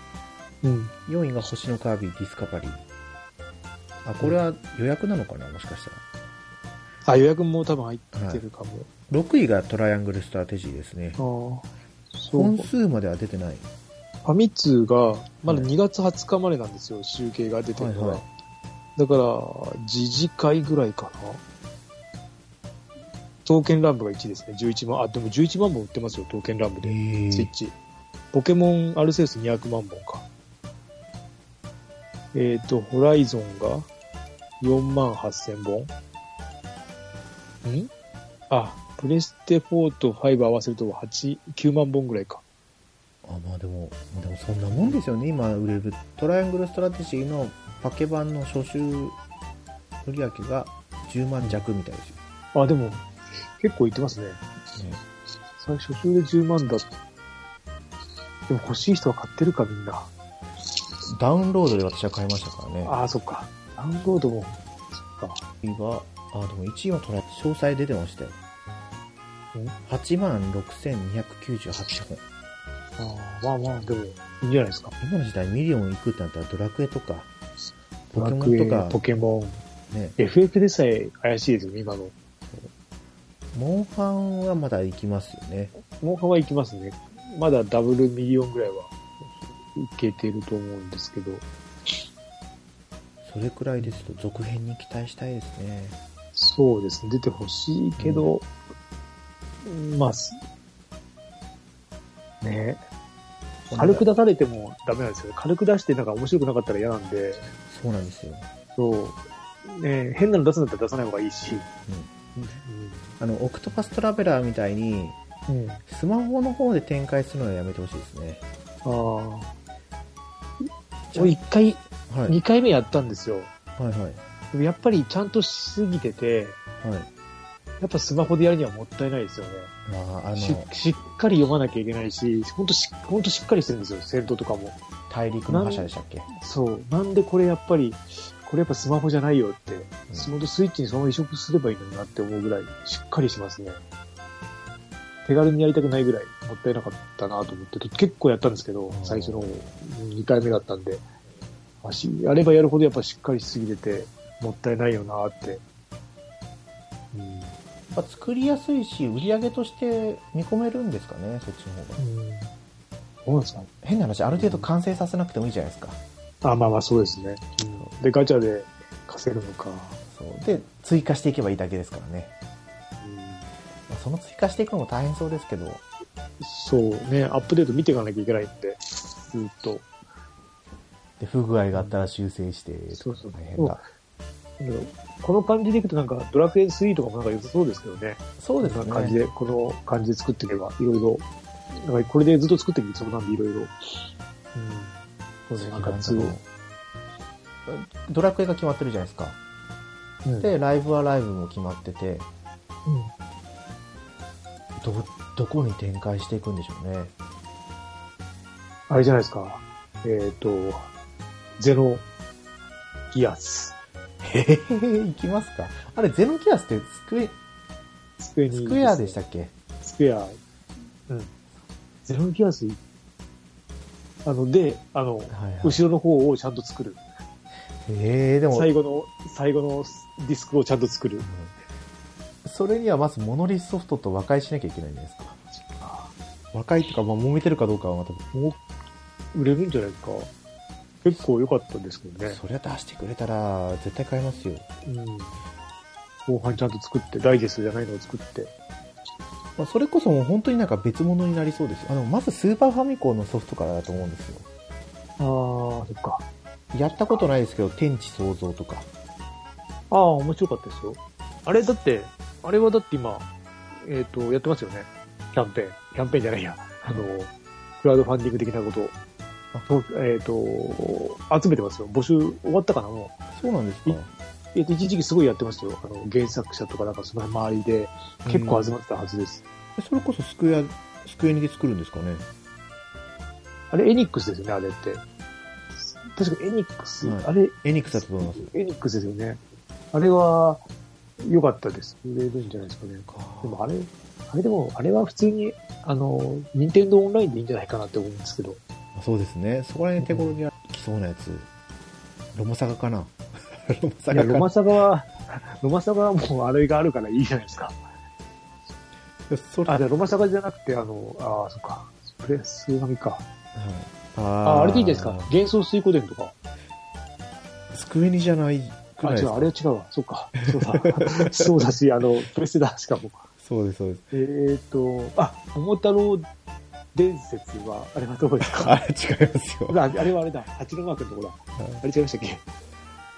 Speaker 2: うん。
Speaker 1: 4位が星のカービィディスカバリー。あ、これは予約なのかな、もしかした
Speaker 2: あ、予約も多分入ってるかも。
Speaker 1: ら。6位がトライアングルストラテジーですね。
Speaker 2: ああ。そう
Speaker 1: 本
Speaker 2: か。
Speaker 1: 数までは出てない。
Speaker 2: ファミ通が、まだ
Speaker 1: はい
Speaker 2: 2月20日までなんですよ、集計が出てるの
Speaker 1: は
Speaker 2: が。
Speaker 1: いはい
Speaker 2: だから、自治会ぐらいかな。刀剣乱舞が1位ですね、11万。あ、でも11万本売ってますよ、刀剣乱舞で。
Speaker 1: え
Speaker 2: スイッチ。ポケモンアルセウス200万本か。えっ、と、ホライゾンが4万8000本。んあ、プレステ4と5合わせると8、9万本ぐらいか。
Speaker 1: あまあでもでもそんなもんですよね今売れるトライアングルストラテジーのパケ版の初週売り上げが10万弱みたいですよ、
Speaker 2: あ、でも、結構いってますね。
Speaker 1: ね
Speaker 2: 最初週で10万だ。でも欲しい人は買ってるか、みんな。
Speaker 1: ダウンロードで私は買いましたからね
Speaker 2: ああ、そっか。ダウンロードも、そっか。
Speaker 1: 次があでも1位はトライ詳細出てましたよ
Speaker 2: ん
Speaker 1: 8万6298本
Speaker 2: あーまあまあ、でも、いいんじゃないですか。
Speaker 1: 今の時代ミリオン行くってなったらドラクエとかポケモ
Speaker 2: ドラクエ
Speaker 1: ンとか
Speaker 2: ポケモン。
Speaker 1: ね
Speaker 2: FF でさえ怪しいですよ、今の。
Speaker 1: モンハンはまだ行きますよね
Speaker 2: モンハンは行きますね。まだダブルミリオンぐらいは、いけてると思うんですけど。
Speaker 1: それくらいですと続編に期待したいですね
Speaker 2: そうですね、出てほしいけど、まあ、すね軽く出されてもダメなんですよね。軽く出してなんか面白くなかったら嫌なんで、
Speaker 1: そうなんですよ
Speaker 2: そう、ね、変なの出すんだったら出さない方がいいし。
Speaker 1: あのオクトパストラベラーみたいに
Speaker 2: うん。うん。あ
Speaker 1: スマホの方で展開するのはやめてほしいですね
Speaker 2: あ。俺一回、
Speaker 1: はい
Speaker 2: 二回目やったんですよ。
Speaker 1: はいはい
Speaker 2: でもやっぱりちゃんとしすぎてて、
Speaker 1: はい
Speaker 2: やっぱスマホでやるにはもったいないですよね。
Speaker 1: あーあ
Speaker 2: し
Speaker 1: の
Speaker 2: しっかり読まなきゃいけないし、ほんとしほんとしっかりしてるんですよ、戦闘とかも。
Speaker 1: 大陸の覇者でしたっけ
Speaker 2: そう。なんでこれやっぱり、これやっぱスマホじゃないよって、
Speaker 1: ん
Speaker 2: スマホスイッチにそのまま移植すればいいのになって思うぐらい、しっかりしますね。手軽にやりたくないぐらい、もったいなかったなと思って、結構やったんですけど、最初の方2回目だったんで、あしやればやるほどやっぱしっかりしすぎてて、もったいないよなって。うん
Speaker 1: やっぱ作りやすいし売り上げとして見込めるんですかねそっちの方が
Speaker 2: どうなんですか
Speaker 1: 変な話ある程度完成させなくてもいいじゃないですか
Speaker 2: あ、まあまあそうですね。うんで、ガチャで稼ぐのか。
Speaker 1: そうで追加していけばいいだけですからね、
Speaker 2: うん
Speaker 1: まあその追加していくのも大変そうですけど
Speaker 2: そうね、アップデート見ていかなきゃいけないんで、ずっと。
Speaker 1: で不具合があったら修正して
Speaker 2: そうそう
Speaker 1: 大変だ
Speaker 2: この感じでいくとなんか、ドラクエ3とかもなんか良さそうですけどね。
Speaker 1: そうです
Speaker 2: こんな感じ
Speaker 1: ね
Speaker 2: で、この感じで作っていけば、いろいろ。なんかこれでずっと作っていきそうなんで、いろいろ。うん。そうね、なんかつ、う
Speaker 1: ドラクエが決まってるじゃないですか
Speaker 2: ん、
Speaker 1: でライブはライブも決まってて
Speaker 2: うん
Speaker 1: どどこに展開していくんでしょう ね
Speaker 2: あれじゃないですか。えっ、と、ゼノギアス。
Speaker 1: へへへへいきますかあれゼノキアスってスクエ
Speaker 2: スクエニ
Speaker 1: スクエアでしたたっけ
Speaker 2: スクエア。うん。ゼノギアス。あの、で、あの、
Speaker 1: はいはい
Speaker 2: 後ろの方をちゃんと作る。
Speaker 1: えー、でも
Speaker 2: 最後の、最後のディスクをちゃんと作る。
Speaker 1: それにはまずモノリスソフトと和解しなきゃいけないんじゃないですか和解っていうか、まあ、揉めてるかどうかはまた、
Speaker 2: もう、売れるんじゃないか。結構良かったんですけどね。
Speaker 1: そりゃ出してくれたら絶対買いますよ、
Speaker 2: うん。後半ちゃんと作って、ダイジェストじゃないのを作って。
Speaker 1: まあ、それこそもう本当になんか別物になりそうですよあのまずスーパーファミコンのソフトからだと思うんですよ
Speaker 2: ああ、そっか。
Speaker 1: やったことないですけど天地創造とか
Speaker 2: ああ、面白かったですよ。あれだって、あれはだって今、えっ、と、やってますよね。キャンペーン。キャンペーンじゃないや。あの、クラウドファンディング的なことを
Speaker 1: あ。
Speaker 2: そうえっ、と、集めてますよ。募集終わったかなもう。
Speaker 1: そうなんですか
Speaker 2: いえっと、一時期すごいやってましたよ。あの、原作者とかなんかその辺周りで結構集まってたはずです。
Speaker 1: それこそスクエアスクエニで作るんですかね
Speaker 2: あれ、エニックスですよね、あれって。確かエニックス、
Speaker 1: はい
Speaker 2: あれ、
Speaker 1: エニックスだったと思います
Speaker 2: エニックスですよね。あれは、良かったです。売れるんじゃないですかね。でもあれ、あれでも、あれは普通に、あの、任天堂オンラインでいいんじゃないかなって思うんですけど。
Speaker 1: あそうですねそこら辺手頃に来そうなやつ、ロマサガかな ロマサ
Speaker 2: いや、
Speaker 1: ガ
Speaker 2: ロ
Speaker 1: か
Speaker 2: マ
Speaker 1: な
Speaker 2: サガは、ロマサガはもうあれがあるからいいじゃないですか。
Speaker 1: それ
Speaker 2: あ、じゃあロマサガじゃなくて、あの、ああ、そっか。プレスファミか。
Speaker 1: あ
Speaker 2: あ
Speaker 1: あ
Speaker 2: あ、あれでいいんじゃないですか。幻想水湖伝とか。
Speaker 1: スクエニじゃないく
Speaker 2: あ、
Speaker 1: らいで
Speaker 2: 違
Speaker 1: す
Speaker 2: う、あれは違うわ。そうか。そ うだ。そうだし、あの、プレステだ、しかも。
Speaker 1: そうですそうです
Speaker 2: えっ、と、あ、桃太郎伝説は、あれはどこです か
Speaker 1: あれ違いますよ。
Speaker 2: ああれはあれだ。八のマークのとこだ。
Speaker 1: はい
Speaker 2: あれ違いましたっけ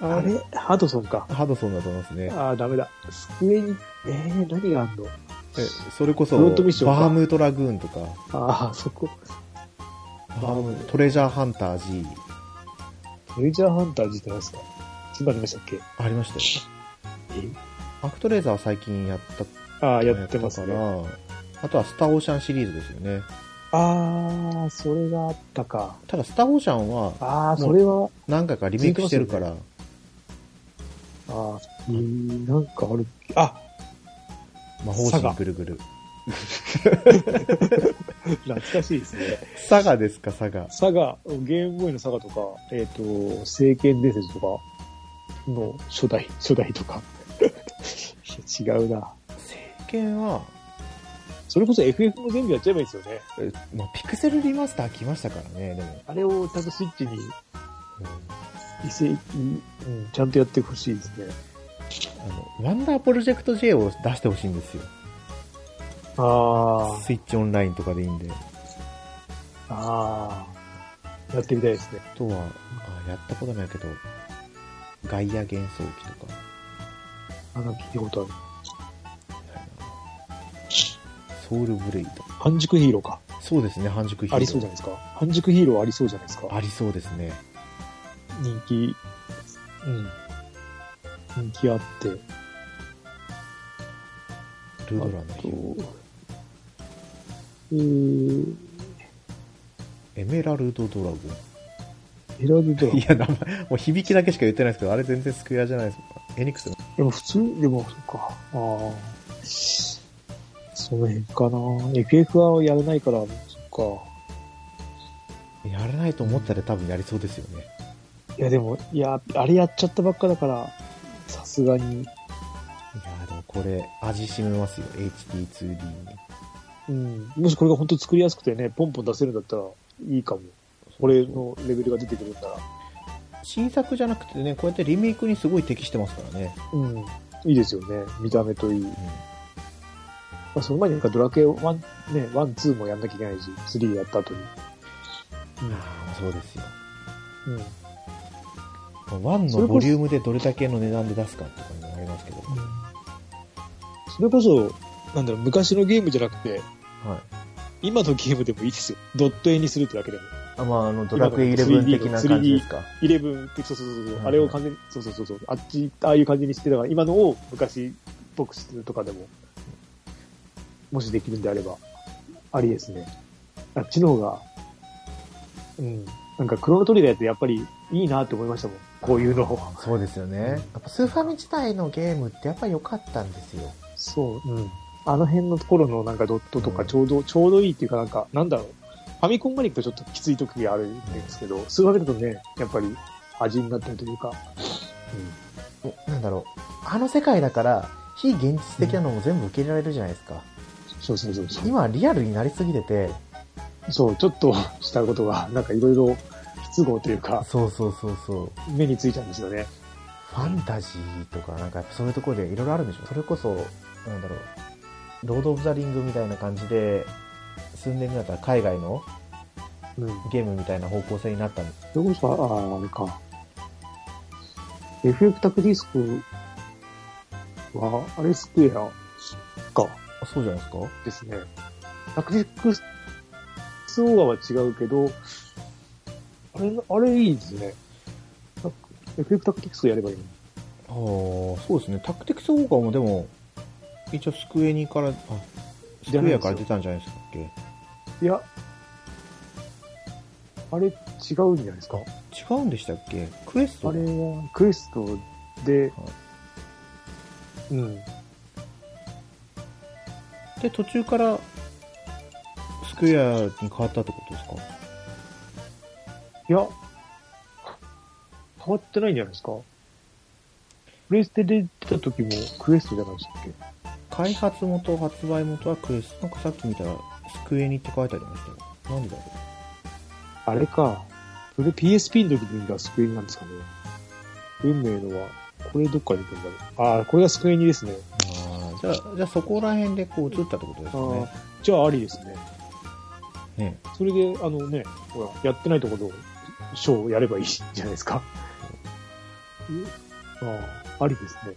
Speaker 1: あ
Speaker 2: あ
Speaker 1: れ
Speaker 2: れハドソンか。
Speaker 1: ハドソンだと思いますね。
Speaker 2: ああ、ダメだ。机に、えー、何があんの
Speaker 1: えそれこそ、
Speaker 2: ロードミッションか
Speaker 1: バームトラグーンとか、
Speaker 2: ああ、そこ。
Speaker 1: バームトレジャーハンター G、
Speaker 2: トレジャーハンター自体ですかそんなのありましたっけ
Speaker 1: ありましたよ。アクトレーザーは最近やった
Speaker 2: ああ、やってます
Speaker 1: や
Speaker 2: ね。
Speaker 1: ったからあとはスターオーシャンシリーズですよね。
Speaker 2: ああ、それがあったか。
Speaker 1: ただ、スターオーシャンは
Speaker 2: ああ、それは、
Speaker 1: 何回かリメイクしてるから、
Speaker 2: ああ、えーなんかある。あ
Speaker 1: 魔法
Speaker 2: サ
Speaker 1: 陣
Speaker 2: ガ
Speaker 1: ぐるぐる。
Speaker 2: 懐かしいですね。
Speaker 1: サガですか、サガ。
Speaker 2: サガ、ゲームボーイのサガとか、えっ、と、聖剣伝説とかの初代、初代とか。 いや違うな。
Speaker 1: 聖剣は、
Speaker 2: それこそ FF も全部やっちゃえばいいですよね。
Speaker 1: えまあ、ピクセルリマスター来ましたからね、でも。
Speaker 2: あれを多分スイッチに
Speaker 1: うん
Speaker 2: 移籍、うん、ちゃんとやってほしいですね。
Speaker 1: あの、ワンダープロジェクト J を出してほしいんですよ。
Speaker 2: あ
Speaker 1: スイッチオンラインとかでいいんで。
Speaker 2: あ、ああ、やってみたいですね。
Speaker 1: あとは、あやったことないけど、ガイア幻想機とか。
Speaker 2: あなんか聞いたことある。
Speaker 1: ソウルブレイド。
Speaker 2: 半熟ヒーローか。
Speaker 1: そうですね、半熟ヒーロー。
Speaker 2: ありそうじゃないですか。半熟ヒーローありそうじゃないですか。
Speaker 1: ありそうですね。
Speaker 2: 人気、うん。人気あって。
Speaker 1: ルドラのヒーロー
Speaker 2: あとえー、
Speaker 1: エメラルドドラゴ
Speaker 2: エラルドラ
Speaker 1: ン。いや、名前、もう響きだけしか言ってないですけど、あれ全然スクエアじゃないですか。エニックスの。
Speaker 2: でも普通、でも、そっか。ああ。その辺かな。FF はやらないから、そ
Speaker 1: やらないと思ったら多分やりそうですよね。
Speaker 2: っか。いや、でも、いや、あれやっちゃったばっかだから、さすがに、
Speaker 1: いやーでもこれ、味しめますよ、HD2D に。
Speaker 2: うん。もしこれが本当作りやすくてね、ポンポン出せるんだったらいいかも。俺のレベルが出てくるんなら。
Speaker 1: 新作じゃなくてね、こうやってリメイクにすごい適してますからね。
Speaker 2: うん。いいですよね。見た目といい。
Speaker 1: うん
Speaker 2: まあ、その前になんかドラクエ1、ね、1、2もやんなきゃいけないし、3やった後に。
Speaker 1: ああ、そうですよ。
Speaker 2: うん。
Speaker 1: 1のボリュームでどれだけの値段で出すかって感じになりますけど。
Speaker 2: それこそ、なんだろう、昔のゲームじゃなくて、
Speaker 1: はい。
Speaker 2: 今のゲームでもいいですよ。ドット絵にするってだけでも。
Speaker 1: あ、まあ、あの、ド
Speaker 2: ラクエ11的な感じです
Speaker 1: か。
Speaker 2: 11って、そうそうそうそう
Speaker 1: う、ん
Speaker 2: あれを完全に、そうそうそうそう、あっち、ああいう感じにして、だから今のを昔っぽくするとかでも、もしできるんであれば、ありですね。あっちの方が、うん。なんかクロノトリガーやってやっぱりいいなって思いましたもん。こういうのを。
Speaker 1: そうですよね。やっぱスーファミ自体のゲームってやっぱ良かったんですよ。
Speaker 2: そう、うん。あの辺のところのなんかドットと
Speaker 1: う
Speaker 2: か
Speaker 1: ん
Speaker 2: ちょうど、ちょうどいいっていうかなんか、なんだろう。ファミコンまで行くとちょっときつい時があるんですけど、スーファミだとね、やっぱり味になってるというか、
Speaker 1: もうなんだろう。あの世界だから、非現実的なのも全部受け入れられるじゃないですか。
Speaker 2: そうそうそうそう。
Speaker 1: 今リアルになりすぎてて、
Speaker 2: そう、ちょっとしたことが、なんかいろいろ不都合というか、
Speaker 1: そうそうそうそう。
Speaker 2: 目についちゃうんですよね。
Speaker 1: ファンタジーとか、なんかやっぱそういうところでいろいろあるんでしょそれこそ、なんだろう、ロード・オブ・ザ・リングみたいな感じで、数年ぐらいだったら海外の
Speaker 2: うん。
Speaker 1: ゲームみたいな方向性になったんです。
Speaker 2: それこそ、ああ、あれか。FF タクディスクは、あれスクエアか、
Speaker 1: あそうじゃないですか
Speaker 2: ですね。タクディスク、オーガは違うけど、あれ、あれいいですね。タク FF タクティクスやればいいのに
Speaker 1: ああ、そうですね。タクティクス・オーガーもでも、一応スクエニから、あ、スクエアから出たんじゃないですかっけ
Speaker 2: いや、あれ違うんじゃないですか
Speaker 1: 違うんでしたっけクエスト
Speaker 2: あれはクエストで、うん。
Speaker 1: で途中からスクエアに変わったってことですか
Speaker 2: いや、変わってないんじゃないですかプレステで出た時もクエストじゃないでしたっけ
Speaker 1: 開発元、発売元はクエスト。なんかさっき見たら、スクエニって書いてありましたよ。なんでだろう
Speaker 2: あれか。それ PSP の時がスクエニなんですかね。運命のは、これどっから出てるんだろう。ああ、これがスクエニですね。
Speaker 1: ああ、じゃあ、じゃあそこら辺でこう映ったってことですかね。
Speaker 2: じゃあありですね。
Speaker 1: ね
Speaker 2: それで、あのね、ほら、やってないところを、ショーをやればいいじゃないですか。えああ、ありですね。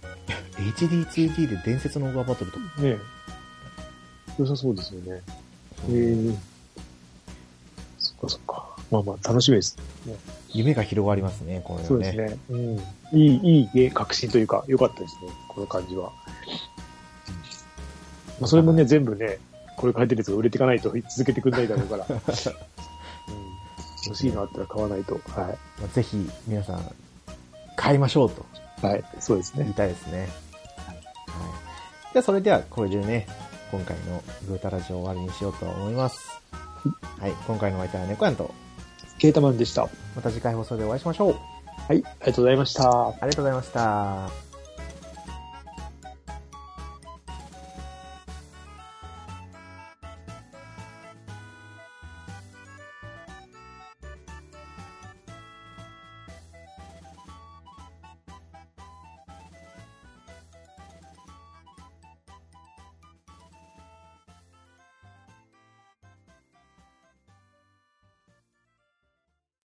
Speaker 1: HD2D で伝説のオーガーバトルとか
Speaker 2: ねえ良さそうですよね。ええそっかそっか。まあまあ、楽しみです。
Speaker 1: 夢が広がりますねこれはね
Speaker 2: そうですね。うん。いい、いいゲー、革新というか、良かったですね。この感じは。まあ、それもね、全部ね、これから出るやつが売れていかないと続けてくれないだろう から。うん、欲しいのあったら買わないと。は
Speaker 1: まあぜひ皆さん買いましょうと
Speaker 2: い。はい。そうです
Speaker 1: 言い
Speaker 2: ね。
Speaker 1: たいですね、はい、じゃあそれではこれでね今回のグータラジオを終わりにしようと思いますはい今回のお相手は猫やんと
Speaker 2: ケータマンでした。
Speaker 1: また次回放送でお会いしましょう
Speaker 2: はい。ありがとうございました。
Speaker 1: ありがとうございました